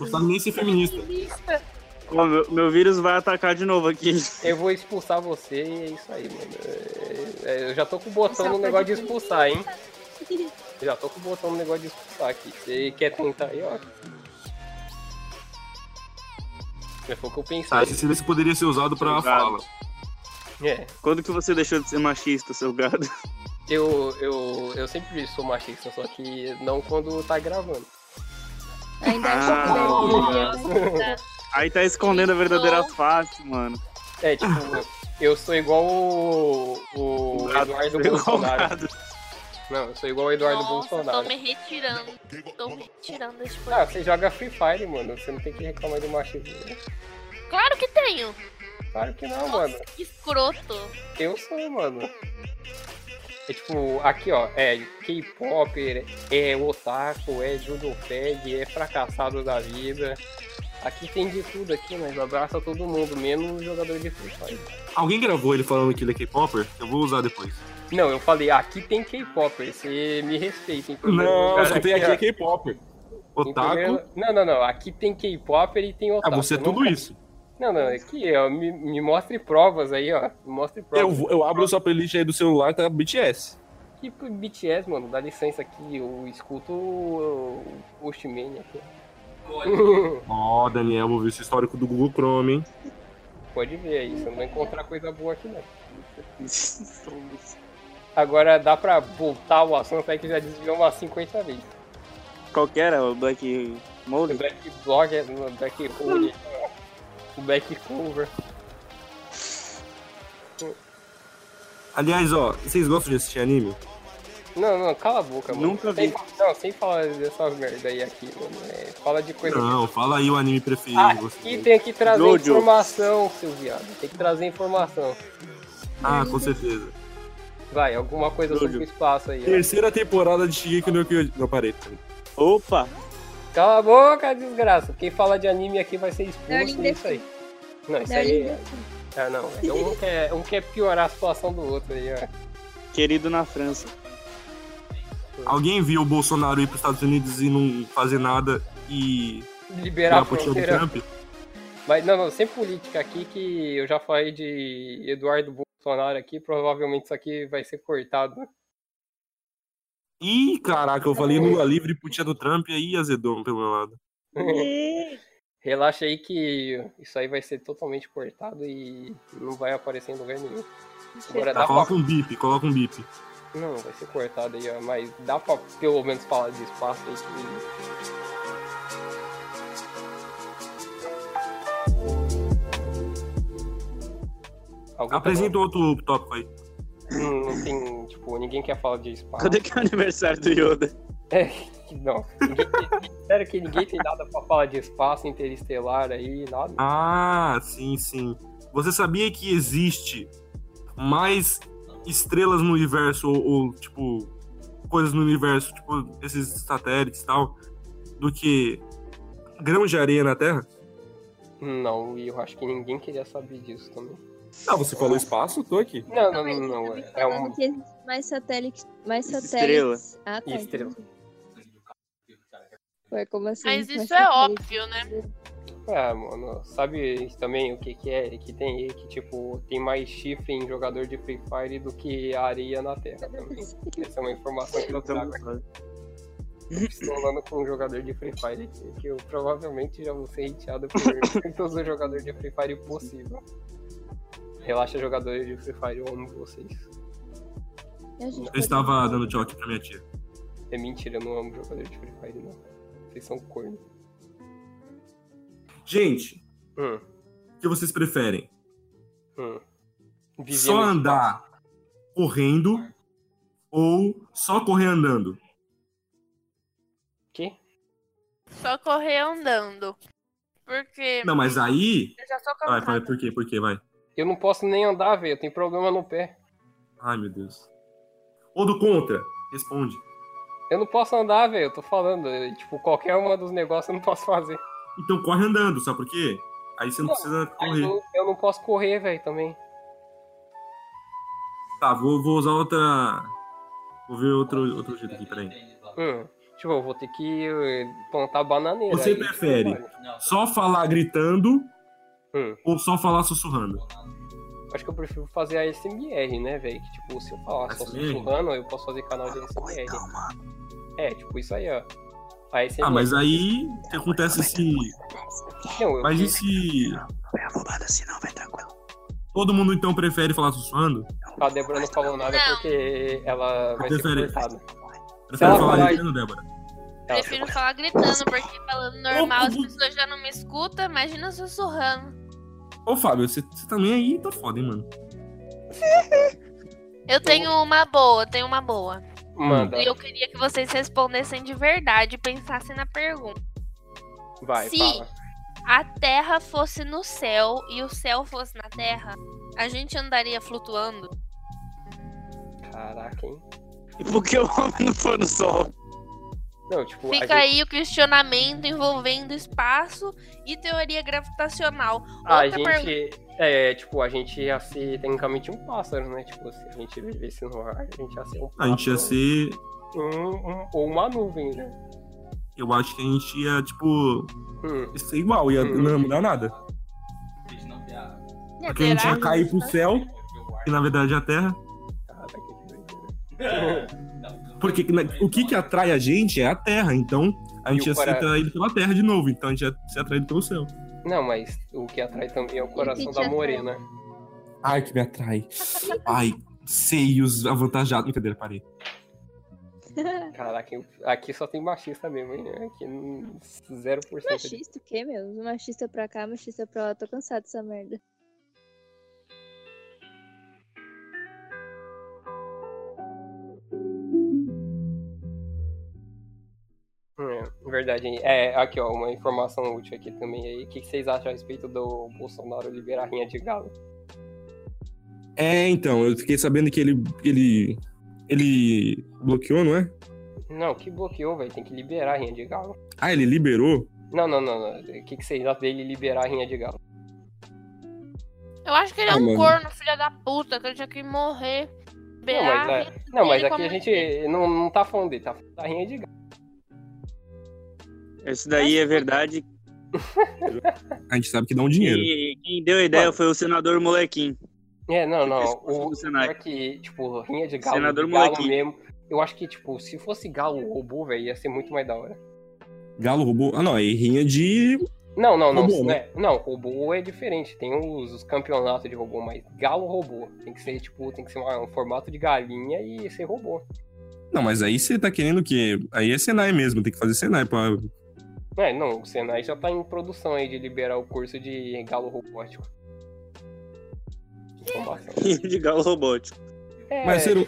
S5: Não sabe nem ser feminista.
S4: Ó, meu, meu vírus vai atacar de novo aqui.
S2: Eu vou expulsar você e é isso aí, mano. É- é- eu já tô com o botão
S1: Isso
S2: no
S1: é
S2: negócio de
S1: coisa de
S2: expulsar, hein? Eu já tô com o botão no negócio de expulsar aqui. Você quer tentar aí, ó. Já É, foi o que eu
S5: Tá,
S2: pensei.
S5: esse silêncio poderia ser usado pra
S4: Obrigado.
S5: fala.
S2: É,
S4: Quando que você deixou de ser machista, seu gado?
S2: eu, eu, eu sempre sou machista, só que não quando tá gravando.
S1: Ainda é um
S4: Ah.
S1: acho que vai ter
S4: Aí tá escondendo a verdadeira face, mano.
S2: É, tipo, eu sou igual o, o Eduardo Bolsonaro.
S4: Gado.
S2: Não, eu sou igual o Eduardo
S3: Nossa, tô
S2: Bolsonaro.
S3: me retirando. Tô me retirando desse
S2: Ah,
S3: podcast.
S2: você joga Free Fire, mano. Você não tem que reclamar do machismo.
S3: Claro que tenho.
S2: Claro que não, mano.
S3: Nossa, que escroto.
S2: Eu sou, mano. É tipo, aqui ó, é K-pop, é é otaku, é judopeg, é fracassado da vida. Aqui tem de tudo aqui, mas abraça todo mundo, menos o jogador de Free Fire.
S5: Alguém gravou ele falando que ele é K-Popper? Eu vou usar depois.
S2: Não, eu falei, aqui tem K-pop, você me respeitem. porque o
S5: Não, eu
S2: cara
S5: escutei aqui
S2: ó,
S5: é K-Popper.
S2: em
S5: Otaku.
S2: primeiro- Não, não, não, aqui tem K-pop e tem
S5: Ah,
S2: otaku.
S5: você é
S2: não...
S5: tudo isso.
S2: Não, não, aqui, ó, me, me mostre provas aí, ó. Me mostre provas.
S5: Eu, vou- eu abro sua playlist aí do celular, tá BTS.
S2: Tipo BTS, mano, dá licença aqui, eu escuto o o Postman aqui.
S5: Ó, Daniel, vou ver esse histórico do Google Chrome, hein?
S2: Pode ver aí, você não vai encontrar coisa boa aqui não. Agora dá pra voltar o assunto aí que já desviou umas 50 vezes.
S4: Qual que era o Black
S2: O
S4: Mole?
S2: Black Blog, é, o Black Hole, o Black Cover.
S5: Aliás, ó, vocês gostam de assistir anime?
S2: Não, não, cala a boca, mano.
S4: Nunca
S2: Sem
S4: vi.
S2: fa- não, sem falar dessas merda aí aqui, mano. É, fala de coisa.
S5: Não, fala aí o anime preferido de
S2: Aqui
S5: vocês.
S2: tem que trazer
S4: Jojo.
S2: informação, seu viado. Tem que trazer informação.
S5: Ah, com certeza.
S2: Vai, alguma coisa
S4: Jojo.
S2: sobre o espaço aí. né? ó.
S5: Terceira temporada de Shigeki no Kyojin. Não, parei.
S4: Opa!
S2: Cala a boca, desgraça. Quem fala de anime aqui vai ser expulso.
S1: Darling
S2: é isso aí. Não, isso aí. é- Ah, não. É Um quer, um quer piorar a situação do outro aí, ó.
S4: Querido na França.
S5: Alguém viu o Bolsonaro ir para os Estados Unidos e não fazer nada e
S2: Liberar a
S5: virar putinha do
S2: fronteira.
S5: Trump?
S2: Mas não, não, sem política aqui que eu já falei de Eduardo Bolsonaro aqui, provavelmente isso aqui vai ser cortado.
S5: Ih, caraca, eu falei Lula livre e putinha do Trump, e aí azedou pelo meu lado.
S2: Relaxa aí que isso aí vai ser totalmente cortado e não vai aparecer em lugar nenhum. Agora
S5: Tá,
S2: dá
S5: coloca
S2: pra...
S5: um bip, coloca um bip.
S2: Não, vai ser cortado aí, ó, mas dá pra pelo menos falar de espaço aí que... Alguém tá
S5: Apresenta um outro tópico aí.
S2: Não, não tem, tipo, ninguém quer falar de espaço.
S4: Quando é que é o aniversário do Yoda?
S2: Não, ninguém tem- sério que ninguém tem nada pra falar de espaço interestelar aí, nada.
S5: Ah, sim, sim. Você sabia que existe mais estrelas no universo, ou, ou, tipo, coisas no universo, tipo, esses satélites e tal, do que grãos de areia na Terra?
S2: Não, e eu acho que ninguém queria saber disso também.
S5: Ah, você falou espaço? Tô aqui.
S2: Não, não, não, não, é, é um...
S1: Falando que existe mais satélites. Mais
S4: Estrela.
S1: satélites. Ah, tá.
S2: Estrela.
S1: entendi. Ué, como assim?
S3: Mas
S1: Mais
S3: isso é
S1: satélites?
S3: óbvio, né?
S2: É, mano, sabe também o que que é? Que tem aí que, tipo, tem mais chifre em jogador de Free Fire do que areia na Terra também. Essa é uma informação que eu trago. Estou falando com um jogador de Free Fire que, que eu provavelmente já vou ser hateado por todos os jogadores de Free Fire possível. Relaxa, jogadores de Free Fire, eu amo vocês.
S1: A gente
S5: Eu
S1: pode-
S5: estava dando tchau aqui pra minha tia.
S2: É mentira, eu não amo jogador de Free Fire, não. Vocês são corno.
S5: Gente,
S2: Hum,
S5: o que vocês preferem?
S2: hum.
S5: Só
S2: Vivemos-
S5: andar correndo ou só correr andando?
S2: Quê?
S3: Só correr andando. Porque
S5: Não, mas aí.
S3: eu já sou
S5: Vai,
S3: cansada.
S5: vai, por quê? Por quê? Vai.
S2: Eu não posso nem andar, velho. Eu tenho problema no pé.
S5: Ai, meu Deus. Ou do contra? Responde.
S2: Eu não posso andar, velho. Eu tô falando. é, tipo, qualquer uma dos negócios eu não posso fazer.
S5: Então corre andando, sabe por quê? Aí você não
S2: Não,
S5: precisa
S2: Mas
S5: correr.
S2: eu, eu não posso correr, velho, também.
S5: Tá, vou, vou usar outra. Vou ver outro, outro jeito aqui, peraí.
S2: Hum. Tipo, eu vou ter que eh, plantar bananeira.
S5: Você
S2: aí.
S5: prefere?
S6: Não,
S5: Só falar gritando
S2: Hum.
S5: ou só falar sussurrando?
S2: Acho que eu prefiro fazer a SMR, né, velho? Que tipo, se eu falar só
S5: ASMR?
S2: sussurrando, eu posso fazer canal de SMR. É, tipo, isso aí, ó. A SMR.
S5: Ah, mas aí o que acontece se.
S2: Não, eu-
S5: Mas e se.
S4: Vai roubada assim, não, vai tranquilo.
S5: Todo mundo então prefere falar sussurrando?
S2: A Débora não falou nada
S3: Não.
S2: porque ela vai
S5: Prefere-
S2: ser cortada.
S5: Prefere
S2: ela
S5: falar
S2: falar-
S5: gritando, Débora?
S2: Ela-
S3: Prefiro falar gritando, porque falando normal as pessoas já não me escutam. Imagina sussurrando.
S5: Ô, Fábio, você, você também aí tá foda, hein, mano?
S3: Eu tenho uma boa, tenho uma boa.
S2: Manda,
S3: E eu queria que vocês respondessem de verdade, pensassem na pergunta.
S2: vai,
S3: se-
S2: fala.
S3: A Terra fosse no céu e o céu fosse na Terra, a gente andaria flutuando?
S2: Caraca, hein?
S4: E por que o homem não foi no sol?
S2: Não, tipo, a
S3: Fica
S2: gente-
S3: aí o questionamento envolvendo espaço e teoria gravitacional.
S2: A
S3: Outra
S2: gente, é, tipo, a gente ia ser tecnicamente um pássaro, né? Tipo, se a gente vivesse no ar, a gente ia ser um pássaro.
S5: A gente ia ser.
S2: Um, um- ou uma nuvem, né?
S5: Eu acho que a gente ia, tipo.
S2: Hum,
S5: ser igual, ia
S2: Hum.
S5: não mudar nada.
S6: a gente não tem a-
S5: É
S3: É
S5: Porque a gente ia cair pro céu, que na verdade é a Terra.
S2: caraca, que doideira.
S5: Porque que na- o que, que atrai a gente é a Terra, então a gente
S2: E o
S5: ia ser
S2: coração.
S5: atraído pela Terra de novo, então a gente ia ser atraído pelo céu.
S2: Não, mas o que atrai também é o
S1: E
S2: coração
S1: o que
S2: da
S1: te
S2: morena.
S5: Ai, que me atrai. Ai, seios avantajados. Brincadeira, parei.
S2: Caraca, eu- aqui só tem machista mesmo, hein? Aqui hum, 0% de...
S1: Machista o quê, meu? Machista pra cá, machista pra lá. Tô cansado dessa merda.
S2: É, verdade, hein? É, aqui, ó, uma informação útil aqui também aí. O que que vocês acham a respeito do Bolsonaro liberar a rinha de galo?
S5: É, então, eu fiquei sabendo que ele. ele. ele bloqueou, não é?
S2: Não, que bloqueou, velho. Tem que liberar a Rinha de Galo.
S5: Ah, ele liberou?
S2: Não, não, não. não. O que, que vocês acham dele liberar a Rinha de Galo?
S3: Eu acho que ele é
S5: Ah,
S3: um
S5: mano.
S3: corno, filha da puta, que ele tinha que morrer.
S2: Não,
S3: Bear,
S2: mas, é- não, mas
S3: dele
S2: aqui
S3: como
S2: a gente não, não tá falando dele, tá falando da Rinha de Galo.
S4: Isso daí é verdade.
S5: A gente sabe que dá um dinheiro.
S4: Quem, quem deu a ideia foi o senador Molequim.
S2: É, não, não.
S4: Esse
S2: O,
S4: do Senai.
S2: pior que, tipo, Rinha de Galo,
S4: tipo, Senador
S2: de Galo
S4: molequinho.
S2: mesmo. Eu acho que, tipo, se fosse Galo ou Robô, velho, ia ser muito mais da hora.
S5: Galo roubou. Ah, não, aí rinha de.
S2: Não, não, não.
S5: Robô, né?
S2: não, é, não, robô é diferente. Tem os, os campeonatos de robô, mas galo robô. Tem que ser, tipo, tem que ser uma- um formato de galinha e ser robô.
S5: Não, mas aí você tá querendo o quê? Aí é Senai mesmo, tem que fazer Senai pra.
S2: É, não, o Senai já tá em produção aí de liberar o curso de galo robótico. De formação.
S4: de galo robótico.
S2: É,
S5: Mas você não-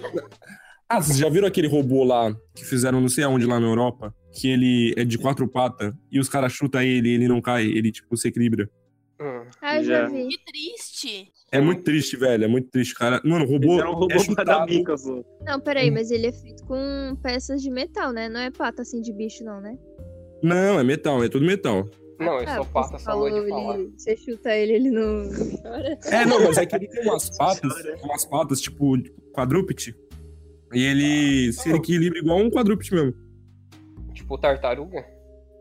S5: Ah, vocês já viram aquele robô lá que fizeram não sei aonde lá na Europa? Que ele é de quatro patas e os caras chutam ele ele não cai, ele tipo se equilibra.
S2: hum.
S1: Ah, eu já,
S4: Já.
S1: vi.
S3: Que triste.
S5: É muito triste, velho. É muito triste, cara. Mano, o robô.
S4: Fizeram um robô
S5: é
S4: pra dar
S5: chutado.
S4: bica, pô.
S7: Não, peraí, mas ele é feito com peças de metal, né? Não é pata assim de bicho, não, né?
S5: Não, é metal, é tudo metal.
S2: Não, eu
S7: Ah,
S2: só
S7: porque
S2: passo
S7: você
S2: essa lua de
S7: falou,
S2: falar.
S7: ele- Você chuta ele, ele não.
S5: É, não, mas é que ele tem umas patas,
S4: é.
S5: umas patas tipo quadrúpede. E ele se equilibra igual um quadrúpede mesmo.
S2: Tipo, tartaruga?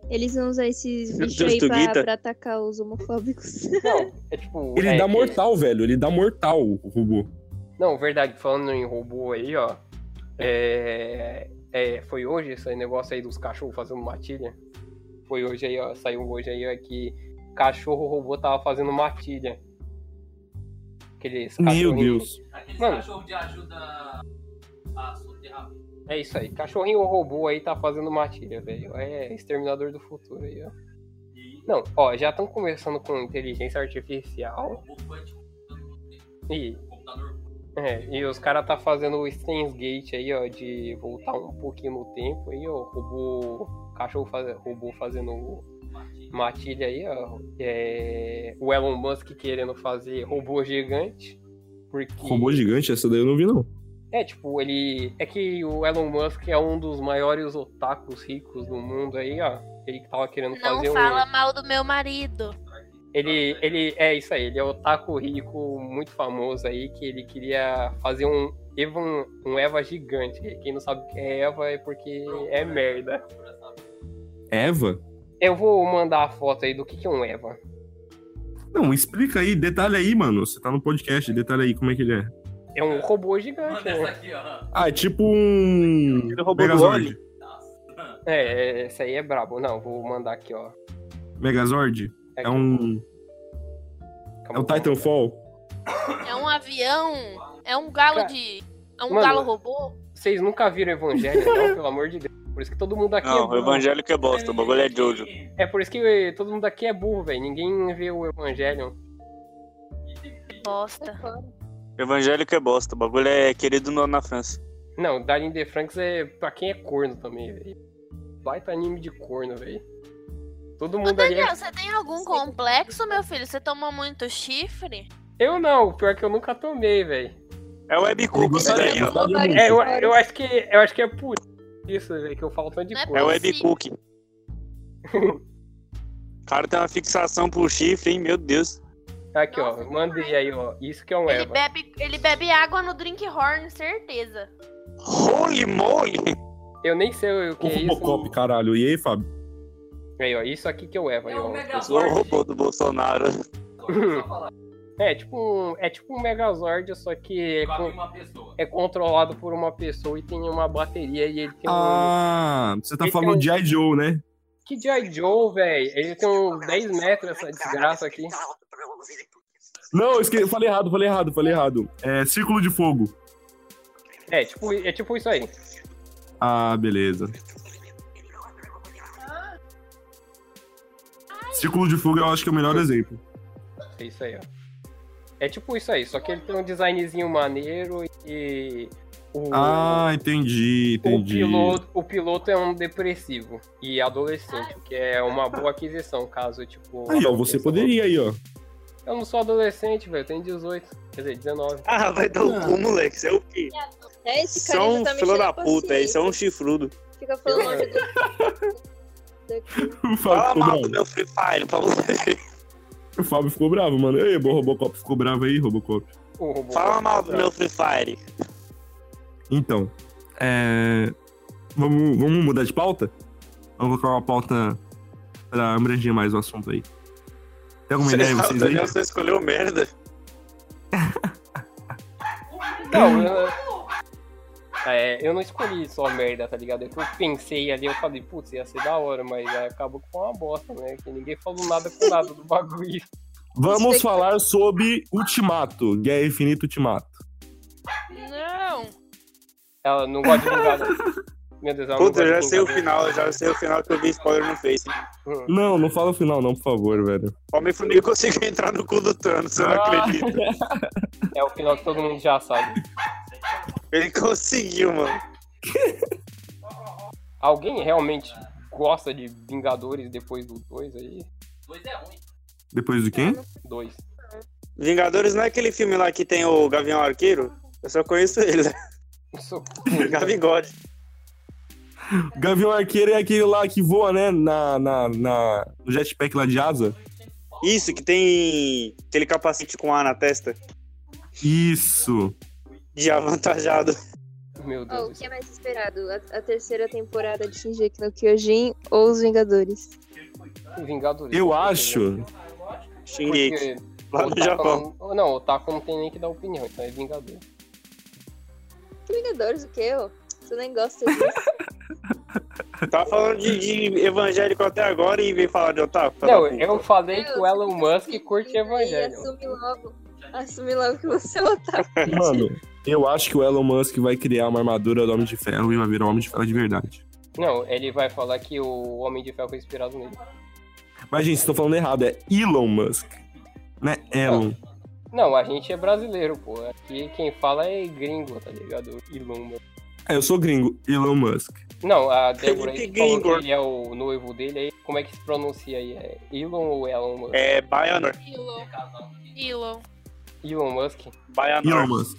S7: Eles vão usar esses
S4: Meu
S7: bichos
S4: Deus,
S7: aí pra,
S4: Tuguita.
S7: pra atacar os homofóbicos.
S2: Não, é tipo.
S5: Ele
S2: é,
S5: dá
S2: que-
S5: mortal, velho. Ele dá mortal, o robô.
S2: Não, verdade, falando em robô aí, ó. É, é, foi hoje esse negócio aí dos cachorros fazendo matilha. Foi hoje aí, ó. Saiu hoje aí, ó, que cachorro robô tava fazendo matilha. Aqueles
S5: Meu
S2: cachorrinhos-
S5: Deus.
S6: Aquele
S2: Mano.
S6: cachorro de ajuda a soterrar.
S2: É isso aí. Cachorrinho robô aí tá fazendo matilha, velho. É exterminador do futuro aí, ó.
S6: E
S2: Não, ó, já estão começando com inteligência artificial.
S6: o robô
S2: E,
S6: o computador.
S2: é, e os caras tá fazendo o Steins Gate aí, ó, de voltar um pouquinho no tempo aí, ó. Robô. Cachorro faz, robô fazendo matilha aí, ó. É, o Elon Musk querendo fazer robô gigante. Porque.
S5: Robô gigante, essa daí eu não vi, não.
S2: É, tipo, ele. É que o Elon Musk é um dos maiores otakus ricos do mundo aí, ó. Ele que tava querendo
S3: Não
S2: fazer
S3: fala
S2: um.
S3: mal do meu marido.
S2: Ele, ele. É isso aí, ele é otaku rico muito famoso aí, que ele queria fazer um Eva, um Eva gigante. Quem não sabe o que é Eva é porque é merda.
S5: Eva?
S2: Eu vou mandar a foto aí do que, que é um Eva.
S5: Não, explica aí, detalhe aí, mano. Você tá no podcast, detalhe aí como é que ele é.
S2: É um robô gigante,
S6: Manda
S2: né?
S6: essa aqui, ó.
S5: Ah, é tipo um.
S4: Ele roubou do
S5: Megazord.
S2: É, é, esse aí é brabo. Não, vou mandar aqui, ó.
S5: Megazord? É um. É
S2: Calma,
S5: um
S2: calma.
S5: Titanfall?
S3: É um avião, é um galo
S2: Cara,
S3: de. É um
S2: mano,
S3: galo robô?
S2: Vocês nunca viram Evangelho, não, pelo amor de Deus. Por isso que todo mundo aqui é
S4: Não, o
S2: burro.
S4: evangélico é bosta, o bagulho é Jojo.
S2: É por isso que eh, todo mundo aqui é burro, velho. Ninguém vê o Evangelho.
S3: Bosta.
S4: Evangélico é bosta, o bagulho é querido no- na França.
S2: Não, Darling de Franks é pra quem é corno também, velho. Baita anime de corno, velho. Todo
S3: Ô,
S2: mundo ali é...
S3: Daniel, você tem algum complexo, meu filho? Você toma muito chifre?
S2: Eu não, o pior é que eu nunca tomei, velho.
S4: É o webcuco isso daí, ó.
S2: É, eu, eu acho que, eu acho que é por isso, velho, que eu falo tanto de
S3: Não é
S4: É o
S2: corno.
S4: webcook. O cara tem uma fixação pro chifre, hein? Meu Deus.
S2: Aqui, ó.
S3: Nossa,
S2: Mandei aí, ó. Isso que é um
S3: Ele
S2: Eva.
S3: bebe, ele bebe água no drink horn, certeza.
S4: Holy moly!
S2: Eu nem sei o que
S5: O
S2: é isso.
S5: Um Robocop, caralho. E aí, Fábio?
S2: Aí, ó. Isso aqui que é o Eva, aí,
S6: É um
S2: ó.
S4: Eu sou o robô do Bolsonaro.
S2: É tipo, um- é tipo um Megazord, só que é,
S6: Cabe
S2: con-
S6: uma pessoa.
S2: é controlado por uma pessoa e tem uma bateria e ele tem um.
S5: Ah, você tá
S2: Ele
S5: falando de
S2: tem
S5: I. Joe, né?
S2: Que G.I. Joe, velho. Ele tem uns 10 metros essa
S4: é
S2: desgraça aqui.
S5: Não, eu esque... eu falei errado, falei errado, falei errado. É Círculo de Fogo.
S2: É tipo, é tipo isso aí.
S5: Ah, beleza. Círculo de Fogo eu acho que é o melhor exemplo.
S2: É isso aí, ó. É tipo isso aí, só que ele tem um designzinho maneiro e. O,
S5: Ah, entendi,
S2: o,
S5: entendi.
S2: piloto, o piloto é um depressivo e adolescente, que é uma boa aquisição, caso, tipo.
S5: Aí, ó, você poderia aí, ó.
S2: Eu não sou adolescente, velho. Eu tenho 18. Quer dizer, 19.
S4: Ah, vai dar o cu, moleque. Isso é o quê?
S7: É esse
S4: Isso é um
S7: já tá me
S4: filho da
S7: enchendo a
S4: puta,
S7: paciência.
S4: isso é um chifrudo.
S8: Fica falando de
S5: O Fábio
S4: Fala
S5: ficou
S4: mal do
S5: bravo.
S4: meu Free Fire pra você.
S5: O Fábio ficou bravo, mano. Ei, bom, Robocop ficou bravo aí, Robocop.
S2: O robô.
S4: Fala mal do meu Free Fire.
S5: Então, é... vamos, vamos mudar de pauta? Vamos colocar uma pauta pra abranger mais o assunto aí. Tem alguma ideia né, vocês aí?
S4: Daniel, você escolheu merda.
S2: Não, eu... É, eu não escolhi só merda, tá ligado? Eu pensei ali, eu falei, putz, ia ser da hora, mas aí acabou que foi uma bosta, né? Que ninguém falou nada com nada do bagulho.
S5: Vamos falar sobre Ultimato, Guerra Infinita Ultimato.
S3: Não!
S2: Ela não gosta de brincadeira. Meu Deus, ela não
S4: Puta,
S2: gosta
S4: eu já
S2: de
S4: sei o
S2: brincadeira.
S4: final, eu já sei o final que eu vi spoiler no Face.
S2: Hum.
S5: Não, não fala o final não, por favor, velho.
S4: Homem-Formiga conseguiu entrar no cu do Thanos, eu não
S2: Ah.
S4: acredito.
S2: É o final que todo mundo já sabe.
S4: Ele conseguiu, mano.
S2: Alguém realmente gosta de Vingadores depois do 2 aí?
S6: Dois é ruim.
S5: Depois de quem?
S2: 2.
S4: Vingadores não é aquele filme lá que tem o Gavião Arqueiro? Eu só conheço ele, né? Gavigode.
S5: Gavião Arqueiro é aquele lá que voa, né, na, na, na- no jetpack lá de asa.
S4: Isso, que tem aquele capacete com A na testa.
S5: Isso.
S4: De avantajado.
S2: Meu
S1: Ó,
S2: Deus
S1: o
S2: do
S1: que
S2: céu.
S1: é mais esperado? A, a terceira temporada de Shingeki no Kyojin ou Os Vingadores?
S2: é Vingadores.
S5: Eu acho.
S4: Shingeki.
S2: Porque tá
S4: Lá no
S2: Otaku
S4: Japão.
S2: não- Não, o Taco não tem nem que dar opinião, então é Vingador.
S1: Que Vingadores, o quê, ô? Você nem gosta disso.
S4: Tava Tá falando de, de evangélico até agora e veio falar de Otaku. tá
S2: Não, é um-
S4: da puta.
S2: eu falei
S1: Meu,
S2: que o Elon Musk curte
S1: E aí,
S2: Evangelho.
S1: Assume logo. Assume logo que você é um otário.
S5: Mano, eu acho que o Elon Musk vai criar uma armadura do Homem de Ferro e vai virar um Homem de Ferro de verdade.
S2: Não, ele vai falar que o Homem de Ferro foi inspirado nele.
S5: Mas, gente, estou falando errado. É Elon Musk. Né, Elon?
S2: Não, a gente é brasileiro, pô. Aqui quem fala é gringo, tá ligado? Ilumba.
S5: É, eu sou gringo. Elon Musk.
S2: Não, a Débora aí
S4: Felipe
S2: que falou que
S4: Gringo.
S2: ele é o noivo dele, aí como é que se pronuncia aí? É Elon ou Elon Musk?
S4: É Baianor.
S3: Elon. Elon.
S2: Elon Musk?
S5: Elon
S4: Baianor.
S5: Musk.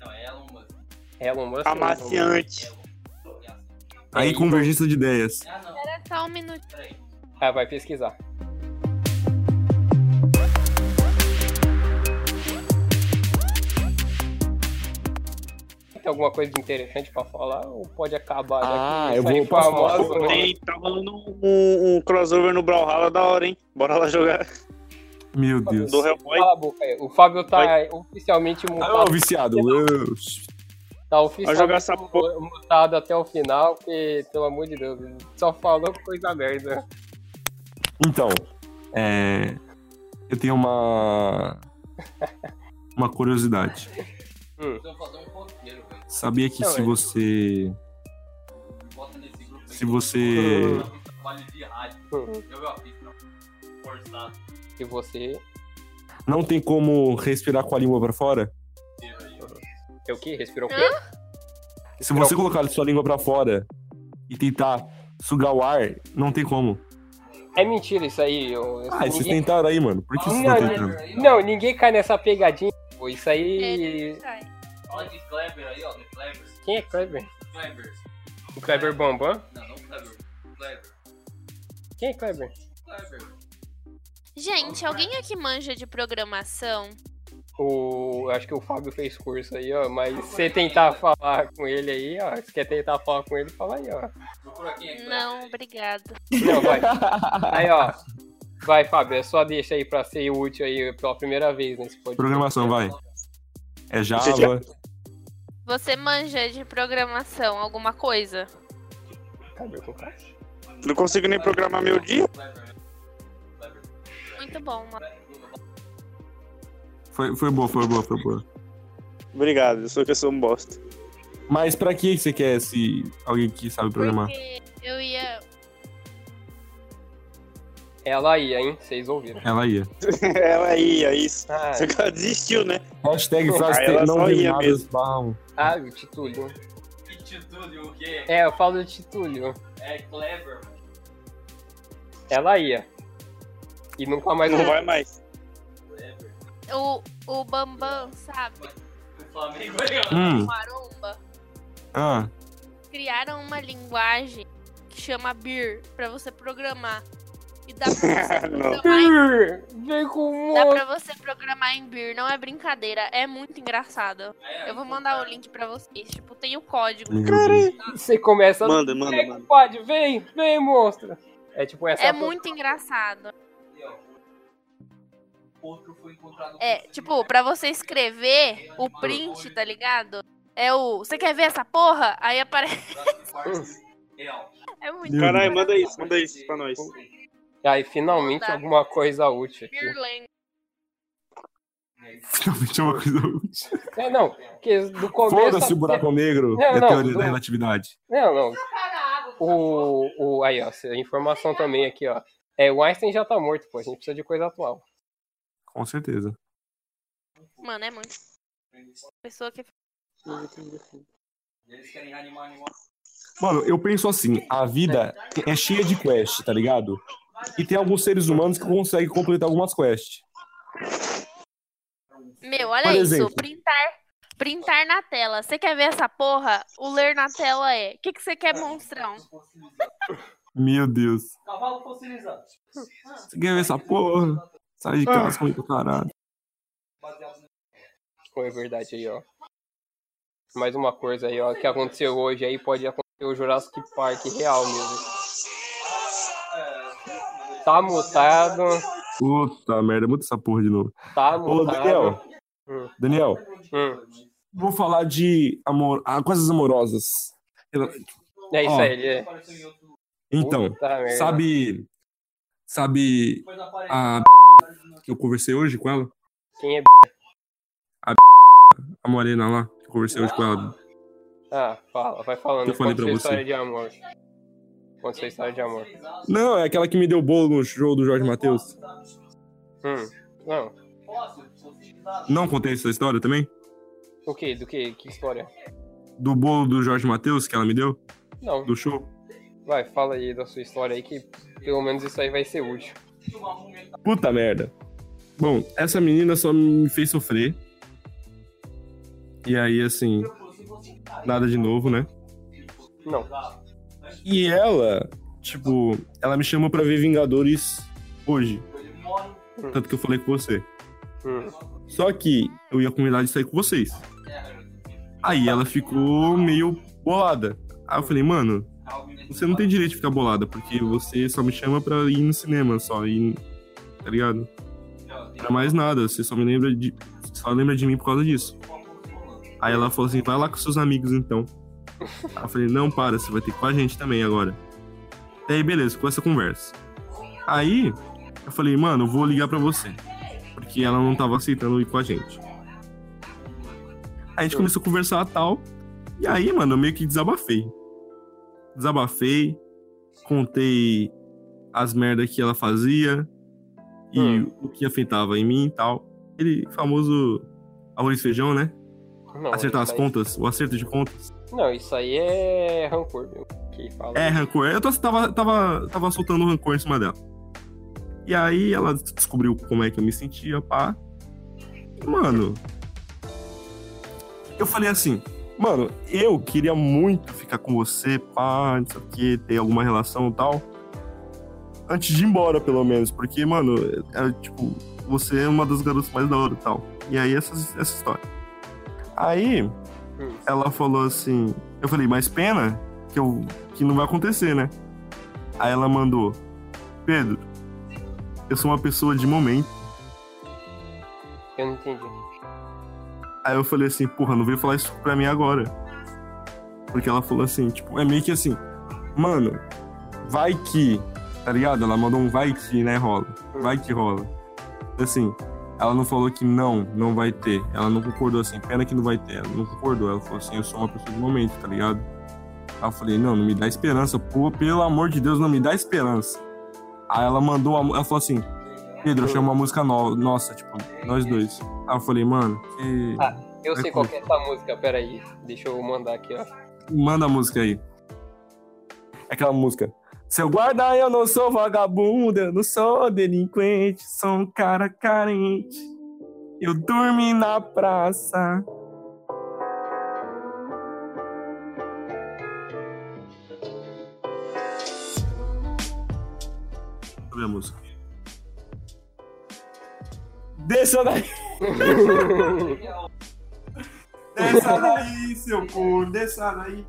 S6: Não, é Elon Musk.
S2: Elon Musk? né?
S4: Amaciante.
S5: Aí, convergência de ideias.
S6: Ah, não.
S3: Espera só um minutinho.
S6: Peraí.
S2: Ah, vai pesquisar. Tem alguma coisa de interessante pra falar ou pode acabar? já
S5: Ah,
S2: que
S5: eu
S2: isso aí
S5: vou-
S2: foi uma
S5: posso falar
S2: amostra,
S5: sobre-
S2: né?
S4: Tem, tá rolando um, um crossover no Brawlhalla da hora, hein? Bora lá jogar
S5: Meu Deus.
S4: do Hellboy.
S2: Cala a boca aí. O Fábio tá oficialmente
S5: Ah, ô,
S2: mutado.
S5: viciado. Eu-
S2: Tá
S4: jogar
S2: oficialmente
S4: essa porra.
S2: mutado até o final, porque, pelo amor de Deus, ele só falou coisa merda.
S5: Então, é... Eu tenho uma... Uma curiosidade.
S6: Precisamos fazer um roteiro, velho.
S5: Sabia que
S2: Hum. Não,
S5: se
S2: é-
S5: você...
S6: Bota nesse grupo aí.
S5: Se você...
S2: Hum.
S6: Trabalho de rádio. Eu já fiz, não. Forçado.
S2: E você.
S5: Não tem como respirar com a língua pra fora?
S2: É o quê? Respirou o quê?
S5: Se você colocar sua língua pra fora e tentar sugar o ar, não tem como.
S2: É mentira isso aí. Eu,
S5: Ah, e vocês
S2: ninguém-
S5: tentaram aí, mano. Por que vocês estão
S2: Não,
S5: tentando?
S2: Não, ninguém cai nessa pegadinha. pô. Isso
S3: É,
S2: aí.
S3: sai.
S6: Fala de Kleber aí, ó. De Kleber.
S2: Quem é Kleber?
S6: Kleber.
S2: O Kleber Bambam?
S6: Não, não Kleber. Kleber.
S2: Quem é Kleber?
S6: Kleber.
S3: Gente, alguém aqui manja de programação?
S2: O, acho que o Fábio fez curso aí, ó. Mas se você tentar falar com ele aí, ó. Se quer tentar falar com ele, fala aí, ó.
S6: Procura quem é Kleber.
S3: Não, obrigada.
S2: Não, vai. Aí, ó. Vai, Fábio. É só deixa aí pra ser útil aí pela primeira vez nesse podcast.
S5: Programação, vai. É
S4: Você já-
S5: Java.
S3: Você manja de programação alguma coisa?
S2: Kleber com K.
S4: Não consigo nem programar meu dia.
S6: Kleber. Kleber.
S3: Muito bom, mano.
S5: Foi, foi boa, foi boa, foi boa.
S4: Obrigado, eu sou que eu sou um bosta.
S5: Mas pra que você quer se alguém que sabe programar?
S3: Porque eu ia.
S2: Ela ia, hein? Vocês ouviram.
S5: Ela ia.
S4: Ela ia, É, isso.
S2: Ah,
S4: Só que ela desistiu, né?
S5: Hashtag
S2: Ah,
S5: frase
S4: ela
S5: não
S4: só ia
S5: terminadas
S4: mesmo.
S5: barra um.
S2: ah, o Titulio.
S6: Pititude, o quê?
S2: É, eu falo do Titulio.
S6: É Kleber.
S2: Ela ia. E nunca mais
S4: Não vai mais.
S6: Kleber.
S3: O, o Bambam, sabe?
S6: O Flamengo aí, ó.
S5: Hum,
S3: Com aromba.
S5: ah,
S3: O criaram uma linguagem que chama BIR pra você programar. E dá pra você
S9: Não.
S3: programar em
S2: Vem com um
S3: Dá
S2: monte.
S3: pra você programar em Beer, não é brincadeira, é muito engraçado. Eu vou mandar o link pra vocês, tipo, tem o código.
S5: Uhum.
S2: Você começa.
S9: Manda, manda,
S2: Vem,
S9: manda.
S2: compadre, vem, vem, monstro. É tipo essa.
S3: É muito engraçado.
S6: Outro foi encontrado.
S3: É, tipo, pra você escrever o print, tá ligado? É o. Você quer ver essa porra? Aí aparece.
S6: Real.
S3: É muito
S5: Meu
S9: Caralho,
S3: engraçado.
S9: manda isso, manda isso pra nós.
S2: Aí finalmente
S3: Tá.
S2: alguma coisa útil aqui.
S3: Beerland.
S5: Finalmente é uma coisa útil.
S2: É, não, porque do começo.
S5: Foda-se o buraco negro
S2: Não,
S5: e a
S2: É, não,
S5: teoria
S2: não.
S5: da relatividade.
S2: Não, não. O, o, aí, ó, a informação também aqui, ó. É, o Einstein já tá morto, pô. A gente precisa de coisa atual.
S5: Com certeza.
S3: Mano, é muito. Pessoa que.
S6: Eles querem reanimar animal.
S5: Mano, eu penso assim, a vida é cheia de quest, tá ligado? E tem alguns seres humanos que conseguem completar algumas quests.
S3: Meu, olha
S5: Por
S3: isso.
S5: exemplo.
S3: Printar. Printar na tela. Você quer ver essa porra? O ler na tela é. O que que você quer, monstrão?
S5: Meu Deus.
S6: Cavalo fossilizado.
S5: Você quer ver essa porra? Sai de
S2: Ah.
S5: casa com o caralho.
S6: Baseado no
S2: Pô, é verdade aí, ó. Mais uma coisa aí, ó, que aconteceu hoje aí, pode acontecer o Jurassic Park real mesmo. Tá mutado,
S5: Puta merda, muda essa porra de novo.
S2: tá
S5: Ô, Daniel.
S2: mutado. Hum.
S5: Daniel,
S2: Hum.
S5: vou falar de amor, ah, coisas amorosas.
S2: É isso
S5: Ó.
S2: aí, ele é.
S6: apareceu em outro.
S5: Então,
S2: Puta merda.
S5: sabe. Sabe
S6: Depois aparece.
S5: a b... que eu conversei hoje com ela?
S2: Quem é. b****?
S5: A morena lá, que eu conversei hoje com ela.
S2: Ah, fala, vai falando.
S5: Eu falei
S2: Conta sua
S5: pra você.
S2: história de amor. Conta sua história de amor.
S5: Não, é aquela que me deu bolo no show do Jorge Matheus.
S2: Hum. Não,
S6: Fóssil, fossilizado.
S5: Não contei essa história também?
S2: o que? Do que? Que história?
S5: Do bolo do Jorge Matheus que ela me deu?
S2: Não,
S5: Do show?
S2: vai, fala aí da sua história aí, que pelo menos isso aí vai ser útil.
S5: Puta merda. Bom, essa menina só me fez sofrer. E aí, assim. Nada de novo, né?
S2: Não.
S5: E ela, tipo, ela me chamou pra ver Vingadores hoje. Tanto que eu falei com você.
S2: Hum.
S5: Só que eu ia combinar de sair com vocês. Aí ela ficou meio bolada. Aí eu falei, mano, você não tem direito de ficar bolada, porque você só me chama pra ir no cinema, só ir. Tá ligado? Pra mais nada, você só me lembra de. você Só lembra de mim por causa disso. Aí ela falou assim, vai lá com seus amigos então. Aí eu falei, não, para, você vai ter que ir com a gente também agora. Daí, beleza, ficou essa conversa. Aí, eu falei, mano, eu vou ligar pra você. Porque ela não tava aceitando ir com a gente. A gente começou a conversar tal. E aí, mano, eu meio que desabafei. Desabafei, contei as merdas que ela fazia e
S2: Hum.
S5: o que afetava em mim e tal. Aquele famoso arroz e feijão, né?
S2: Não,
S5: Acertar as
S2: isso aí-
S5: contas, o acerto de contas.
S2: Não, isso aí é rancor, meu. Que fala.
S5: É, rancor. Eu tô- tava, tava, tava soltando rancor em cima dela. E aí ela descobriu como é que eu me sentia, pá. E, mano. Eu falei assim, mano, eu queria muito ficar com você, pá, não sei o que, ter alguma relação e tal. Antes de ir embora, pelo menos, porque, mano, era tipo, você é uma das garotas mais da hora e tal. E aí essas- essa história. Aí
S2: Hum.
S5: ela falou assim. Eu falei, mas pena que, eu, que não vai acontecer, né? Aí ela mandou, Pedro, eu sou uma pessoa de momento.
S2: Eu não entendi.
S5: Aí eu falei assim, porra, não veio falar isso pra mim agora. Porque ela falou assim, tipo, é meio que assim, mano, vai que, tá ligado? Ela mandou um vai que, né, rola. Vai que rola. Assim, ela não falou que não, não vai ter. Ela não concordou assim, pena que não vai ter. Ela não concordou. Ela falou assim, eu sou uma pessoa de momento, tá ligado? Aí eu falei, não, não me dá esperança, pô, pelo amor de Deus, não me dá esperança. Aí ela mandou, uma mu- ela falou assim, Pedro, eu achei uma música nova, nossa, tipo, nós dois. Aí eu falei, mano, que...
S2: Ah. Eu sei
S5: Rancor.
S2: qual que é essa música, peraí. Deixa eu mandar aqui, ó.
S5: Manda a música aí. É Aquela música. Seu guarda, eu não sou vagabundo, eu não sou delinquente, sou um cara carente. Eu dormi na praça. Cadê a música?
S10: Desça daí!
S5: Desça daí, seu cu, desça daí.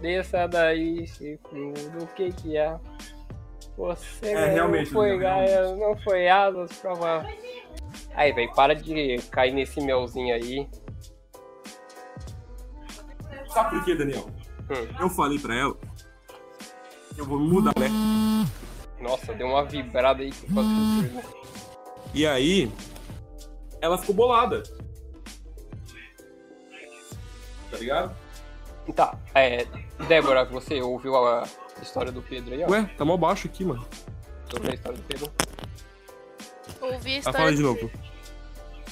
S2: Desça daí, Chico. Do que que é? Você
S5: É, realmente,
S2: não foi
S5: Julião,
S2: gaia, não foi asas pra uma... Aí, velho, para de cair nesse melzinho aí.
S5: Sabe por quê, Daniel?
S2: Hum.
S5: Eu falei pra ela. Eu vou me mudar, né?
S2: Nossa, deu uma vibrada aí que eu faço
S5: E aí, ela ficou bolada. Tá ligado?
S2: Tá, é... Débora, você ouviu a história do Pedro aí, ó?
S5: Ué, tá mal baixo aqui, mano.
S2: Sobre a história do Pedro.
S3: Ouvi a
S5: Ah,
S3: história.
S5: fala de
S3: do-
S5: novo.
S2: Tá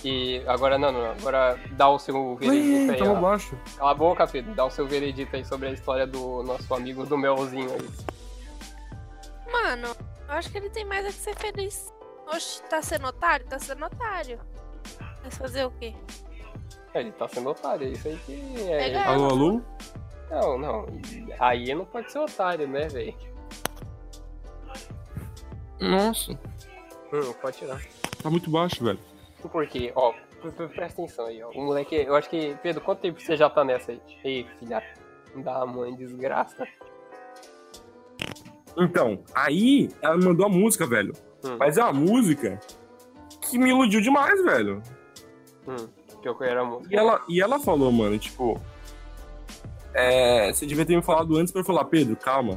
S2: E agora, não, não, não. Agora dá o seu veredito
S5: Ué,
S2: aí,
S5: tá mal
S2: ó.
S5: baixo.
S2: Cala a boca, Pedro. Dá o seu veredito aí sobre a história do nosso amigo do melzinho aí.
S3: Mano, eu acho que ele tem mais a que ser feliz. Oxe, tá sendo otário? Tá sendo otário. Mas fazer o quê?
S2: É, Ele tá sendo otário, é isso aí que é.
S3: Pega
S5: Alô, alô?
S2: Não, não. Aí não pode ser otário, né, velho?
S5: Nossa,
S2: Hum, pode tirar.
S5: tá muito baixo, velho.
S2: Porque, Tipo, ó, pre- pre- presta atenção aí, ó. O moleque, eu acho que. Pedro, quanto tempo você já tá nessa aí? Ei, filha da mãe, desgraça.
S5: Então, aí ela me mandou a música, velho.
S2: Hum.
S5: Mas é uma música que me iludiu demais, velho.
S2: Que eu era muito.
S5: E ela, e ela falou, mano, tipo. É, você devia ter me falado antes pra eu falar, Pedro, calma.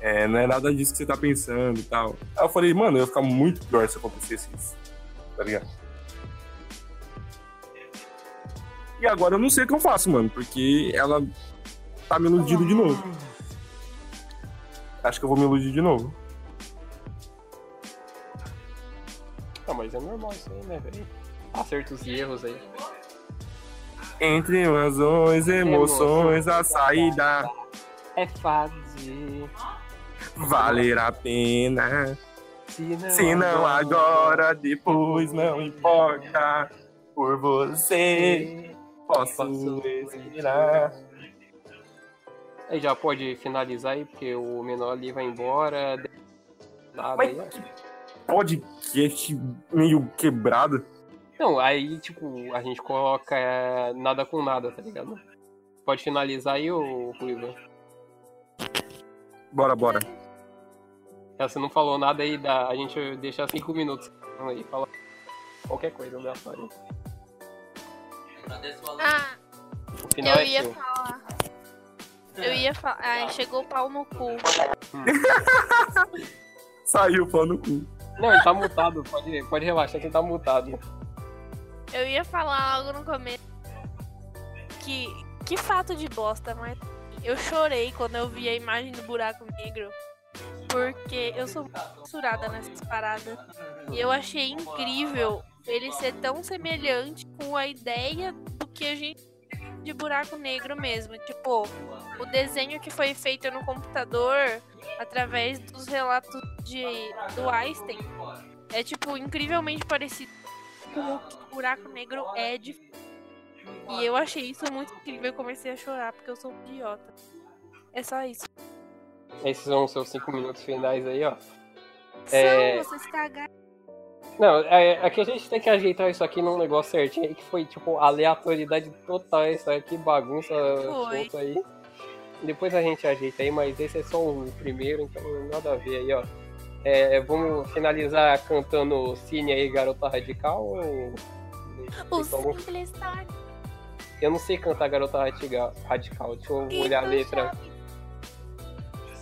S5: É, não é nada disso que você tá pensando e tal. Aí eu falei, mano, eu ia ficar muito pior se acontecesse isso. Tá ligado? E agora eu não sei o que eu faço, mano, porque ela tá me iludindo de novo. Acho que eu vou me iludir de novo.
S2: Ah, mas é normal isso aí, né, velho? Acertos e erros aí.
S5: Entre razões, emoções, a saída
S2: É fazer.
S5: valer a pena.
S2: Se não,
S5: Se não agora, depois não importa. Por você
S2: é,
S5: posso respirar.
S2: Aí já pode finalizar aí, porque o menor ali vai embora. né? Nada aí, ó.
S5: Mas que podcast meio quebrado.
S2: Não, aí, tipo, a gente coloca é, nada com nada, tá ligado? Pode finalizar aí, ô Ruiva.
S5: Bora, bora.
S2: Se É, você não falou nada aí, dá- a gente deixa cinco minutos aí, fala qualquer coisa aleatória.
S3: Ah,
S2: O final
S3: Eu
S2: é
S3: ia
S2: seu.
S3: eu ia falar. Ai, chegou o pau no cu.
S5: Saiu o pau no cu.
S2: Não, ele tá mutado, pode, pode relaxar que ele tá mutado.
S3: Eu ia falar algo no começo. Que. Que fato de bosta, mas. Eu chorei quando eu vi a imagem do buraco negro. Porque eu sou muito censurada nessas paradas. E eu achei incrível ele ser tão semelhante com a ideia do que a gente tem de buraco negro mesmo. Tipo, o desenho que foi feito no computador através dos relatos de, do Einstein é, tipo, incrivelmente parecido com o que o buraco negro é de. E eu achei isso muito incrível. Eu comecei a chorar porque eu sou um idiota. É só isso.
S2: Esses são os seus cinco minutos finais aí, ó. É.
S3: São vocês cagaram.
S2: Não, é, é que a gente tem que ajeitar isso aqui num negócio certinho aí, que foi, tipo, aleatoriedade total isso aí, que bagunça
S3: Foi.
S2: solta aí. Depois a gente ajeita aí, mas esse é só o primeiro, então nada a ver aí, ó. É, vamos finalizar cantando Cine aí, Garota Radical, ou...
S3: O
S2: Então, algum-
S3: simples tá aqui.
S2: Eu não sei cantar Garota Radiga- Radical, deixa eu olhar a
S3: do
S2: letra.
S3: shopping.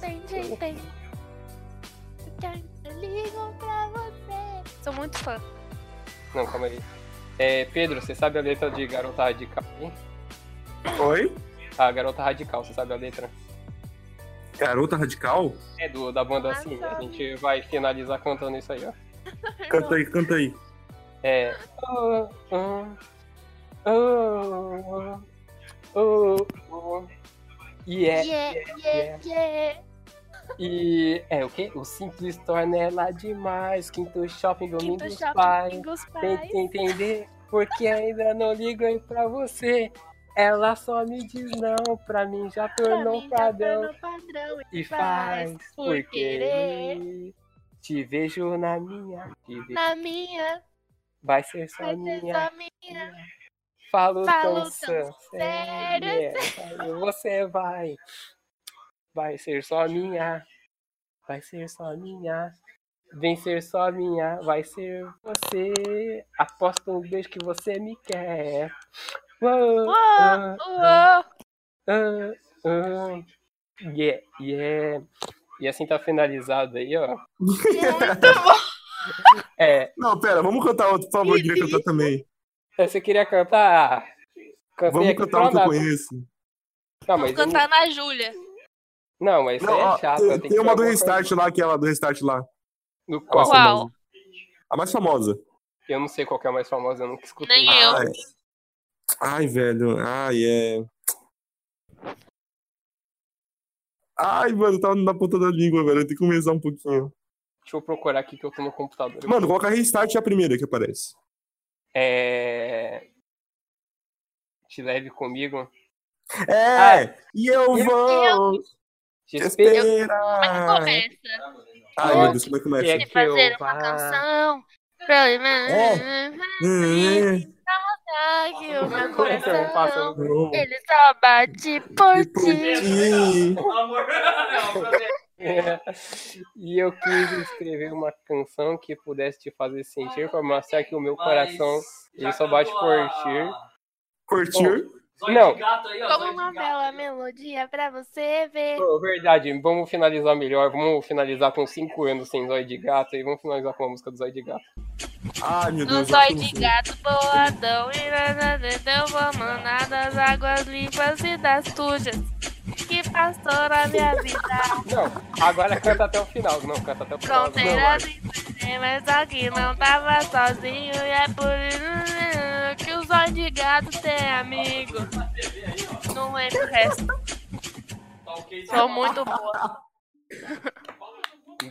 S3: Tem jeito, tem. Eu ligo pra você. Sou muito fã.
S2: Não, calma aí. É, Pedro, você sabe a letra de Garota Radical, hein?
S5: Oi?
S2: Ah, Garota Radical, você sabe a letra?
S5: Garota radical?
S2: É, do, da banda
S3: Ah,
S2: Cine. A
S3: sabe.
S2: gente vai finalizar cantando isso aí, ó.
S5: Canta aí, canta aí.
S2: É. Oh, oh, oh, oh, oh. É, Yeah.
S3: yeah, yeah.
S2: E é o quê? O simples torna ela demais. Quinto shopping, domingo
S3: Quinto
S2: os
S3: shopping,
S2: pais.
S3: domingo os pais.
S2: Tem que entender porque ainda não ligo aí pra você. Ela só me diz não, pra mim já
S3: Pra
S2: tornou
S3: mim tá já
S2: padrão.
S3: tornou padrão.
S2: E faz por querer. Te vejo na minha. Te vejo.
S3: Na minha,
S2: Vai ser só
S3: vai ser
S2: minha.
S3: só minha.
S2: Falo,
S3: Falo
S2: tão,
S3: tão
S2: sério.
S3: sério.
S2: aí Você vai. Vai ser só minha. Vai ser só minha. Vem ser só minha. Vai ser você. Aposto um beijo que você me quer. Uou,
S3: Uou, uou.
S2: ah, ah. Yeah, yeah. E assim tá finalizado aí, ó.
S3: Muito bom.
S2: É,
S5: Não, pera, vamos cantar outro, por favor, eu queria cantar também.
S2: você queria cantar? Cantei
S5: Vamos
S2: aqui
S5: cantar um que eu
S2: pra nada.
S5: conheço.
S2: Não,
S3: Vou
S2: Ah, mas eu não-
S3: cantar na Júlia.
S2: Não, mas isso
S5: Não,
S2: aí
S5: ó,
S2: é chato.
S5: tem,
S2: tem que
S5: tem uma
S2: ter
S5: do
S2: alguma
S5: Restart lá, aquela do Restart lá.
S2: coisa No
S5: A mais
S2: qual?
S3: Qual?
S5: famosa. A mais famosa.
S2: Eu não sei qual que é a mais famosa, eu nunca escutei.
S3: Nem eu.
S5: Ai. Ai, velho. Ai, é. Ai, mano, tava na ponta da língua, velho. Eu tenho que começar um pouquinho.
S2: Deixa eu procurar aqui que eu tô no computador.
S5: Mano, coloca restart é a primeira que aparece.
S2: É... Te leve comigo.
S5: É!
S2: Ah.
S5: E eu
S2: E eu-
S3: é
S5: vou!
S2: Te
S5: te
S2: espero Ah.
S3: Mas
S5: esperar!
S3: começa.
S5: Ai, meu Deus, como é que
S2: que é
S5: começa?
S2: que
S3: fazer
S2: eu
S3: uma
S2: vá.
S3: canção pra lembrar
S5: Hum, hum,
S3: que o meu
S2: Como é que eu faço?
S3: coração
S5: hum.
S3: ele só bate por ti.
S5: Ih,
S6: Amor, não, prazer.
S2: e eu quis escrever uma canção que pudesse te fazer sentir pra mostrar que o meu
S6: Mas
S2: coração
S6: já
S2: ele só bate
S6: cantou
S2: por
S6: a-
S2: ti.
S5: Curtiu?
S6: Zóio
S2: Não.
S6: de gato aí, ó,
S3: Como
S6: zóio de
S3: uma
S6: gato.
S3: bela melodia pra você ver.
S2: Ô, verdade, vamos finalizar melhor. Vamos finalizar com 5 anos sem zóio de gato e vamos finalizar com uma música do zóio de gato.
S5: Ai,
S3: No
S5: meu Deus.
S3: Um zóio de gato boladão e nadadão vamos nadar nas águas limpas e das sujas que passou na minha vida.
S2: Não, agora canta até o final. Não, canta até o final. Não,
S3: Fronteiras e sem, mas só que não tava sozinho e é por isso que o zóio de gato tem amigo. Não lembro o resto.
S6: Tá ok,
S3: Sou muito boa.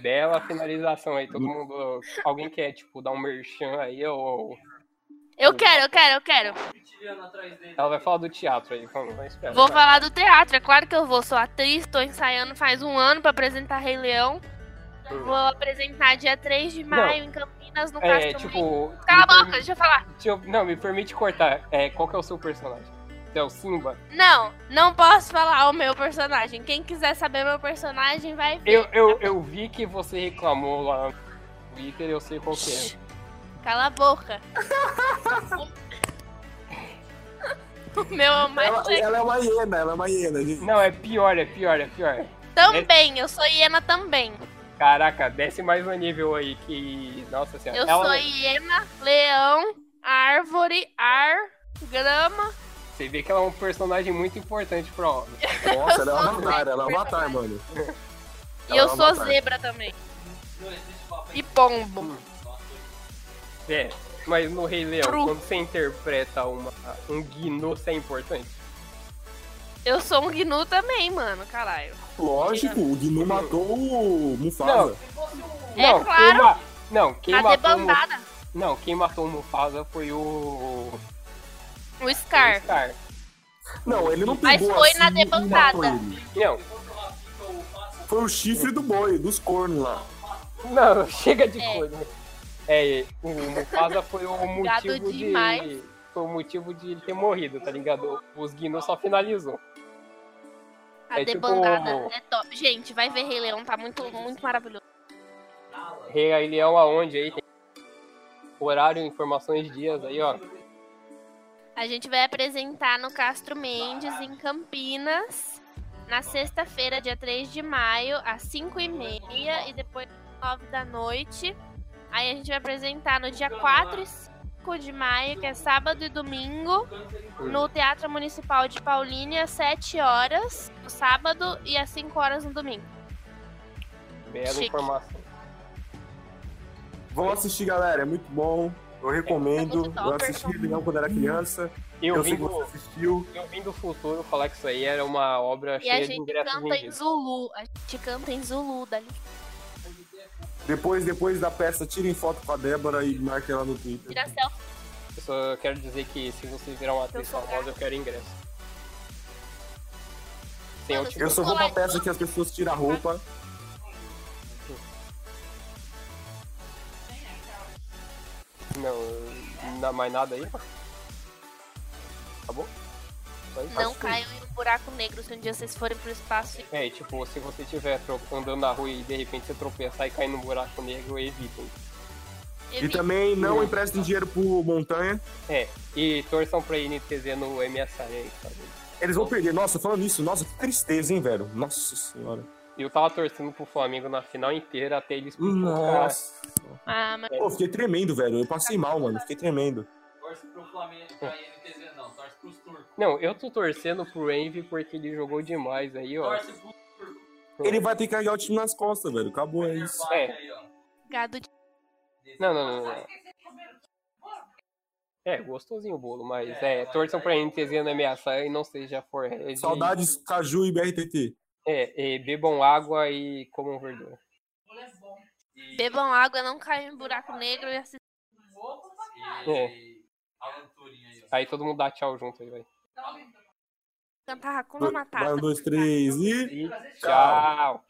S2: Bela finalização aí, todo mundo. Alguém quer, tipo, dar um merchan aí ou.
S3: Eu quero, eu quero, eu quero.
S6: tirando atrás dele.
S2: Ela vai falar do teatro aí, vamos, vai esperar.
S3: Vou falar do teatro, é claro que eu vou. Sou atriz, tô ensaiando faz um ano pra apresentar Rei Leão. Vou apresentar dia 3 de maio em Campinas, no
S2: É,
S3: Castro Mãe.
S2: tipo. me
S3: Cala a boca,
S2: permi-
S3: deixa eu falar.
S2: deixa eu- Não, me permite cortar. É, qual que é o seu personagem? Você é o Simba?
S3: Não, não posso falar o meu personagem. Quem quiser saber meu personagem vai ver.
S2: Eu, eu, eu vi que você reclamou lá no Twitter, eu sei qual que é.
S3: Cala a boca. o meu é o mais
S5: Ela,
S3: legal.
S5: ela é uma hiena, ela é uma hiena. gente.
S2: Não, é pior, é pior, é pior. É-
S3: Também, eu sou hiena também.
S2: Caraca, desce mais um nível aí que. Nossa senhora.
S3: Eu
S2: ela...
S3: sou hiena, leão, árvore, ar, grama.
S2: Você vê que ela é um personagem muito importante pra obra.
S5: Nossa, ela é um
S3: sou
S5: avatar, ela é um avatar, mano.
S3: E
S5: Ela
S3: eu
S5: é um
S3: sou
S5: avatar.
S3: zebra também.
S6: Não existe papo aí.
S3: E pombo.
S2: É, mas no Rei Leão,
S3: Tru.
S2: quando você interpreta uma, um Gnu, isso é importante?
S3: Eu sou um gnu também, mano, caralho.
S5: Lógico, o Gnu matou o Mufasa.
S3: É
S2: não, quem
S3: claro.
S2: ma- não, quem
S3: A
S2: matou o Mu-
S3: debandada.
S2: Não, quem matou o Mufasa foi o. o
S3: O Scar.
S2: Scar.
S5: Não, ele não
S3: Mas
S5: pegou
S3: foi
S5: assim
S3: na
S5: e matou
S3: debandada.
S5: ele.
S2: Não,
S5: Foi o chifre do boi, dos cornos lá.
S2: não, chega de
S3: É.
S2: coisa. É, o Mufasa foi o
S3: Gado
S2: motivo de.
S3: demais.
S2: Foi o motivo de ele ter morrido, tá ligado? Os Gnu só finalizou.
S3: A
S2: É tipo-
S3: debandada é top. Gente, vai ver Rei Leão, tá muito, muito maravilhoso.
S2: Rei Leão aonde aí? Tem horário, informações, dias aí, ó.
S3: A gente vai apresentar no Castro Mendes, em Campinas, na sexta-feira, dia 3 de maio, às 5h30 e depois às 9 da noite. Aí a gente vai apresentar no dia 4 e 5 de maio, que é sábado e domingo, no Teatro Municipal de Paulínia, às 7 horas no sábado e às 5 horas no domingo.
S2: Bela
S3: Chique.
S2: informação.
S5: Vão assistir, galera. É muito bom. Eu recomendo.
S3: muito top,
S5: eu assisti
S3: Bertão.
S5: Leão quando era criança.
S2: Eu,
S5: Eu,
S2: vim
S5: sei que
S2: do,
S5: você assistiu.
S2: eu vim do futuro falar que isso aí era uma obra
S3: E a
S2: cheia de
S3: gente
S2: ingressos
S3: canta em
S2: vendidos.
S3: Zulu. A gente canta em Zulu dali.
S5: Depois, depois da peça, tirem foto com a Débora e marquem ela no Twitter.
S3: Tira selfie.
S2: Eu só quero dizer que se você virar uma atriz
S3: sou
S2: famosa, eu quero ingresso. Sem
S3: Mano,
S2: ulti-
S5: Eu só vou pra peça que as pessoas tiram a roupa.
S2: Não, na- mais nada aí? Acabou? Só isso?
S3: Não caiam em um buraco negro se um dia vocês forem pro espaço.
S2: É, tipo, se você estiver andando na rua e de repente você tropeçar e cair num buraco negro, evitem.
S5: E tá-
S3: Evita.
S5: também não emprestem dinheiro pro Montanha.
S2: É, e torçam pra NTZ no MSI aí, tá sabe?
S5: Eles vão perder. Nossa, falando nisso, nossa, que tristeza, hein, velho? Nossa senhora.
S2: Eu tava torcendo pro Flamengo na final inteira até eles
S5: Nossa.
S3: Ah, mas
S5: Pô, fiquei tremendo, velho. Eu passei mal, mano. Fiquei tremendo.
S6: Torce pro Flamengo, pra NTZ não, torce pros turcos.
S2: Não, eu tô torcendo pro Envy porque ele jogou demais aí, ó.
S6: Torce pro
S5: Ele vai ter que carregar o time nas costas, velho. Acabou, é isso.
S6: Fenerbahçe aí, ó.
S3: gado de.
S2: Não, não, não. não. É, gostosinho o bolo, mas é, torçam pra NTZ não ameaçar e não seja for.
S5: Saudades, Caju e BRTT.
S2: É, e bebam água e comam verdura.
S3: Bebam água, não caiam em buraco negro e assim assistam.
S2: É. Aí todo mundo dá tchau junto aí, vai.
S3: Cantar Hakuna Matata.
S5: Vai, um, dois, três e...
S2: E tchau!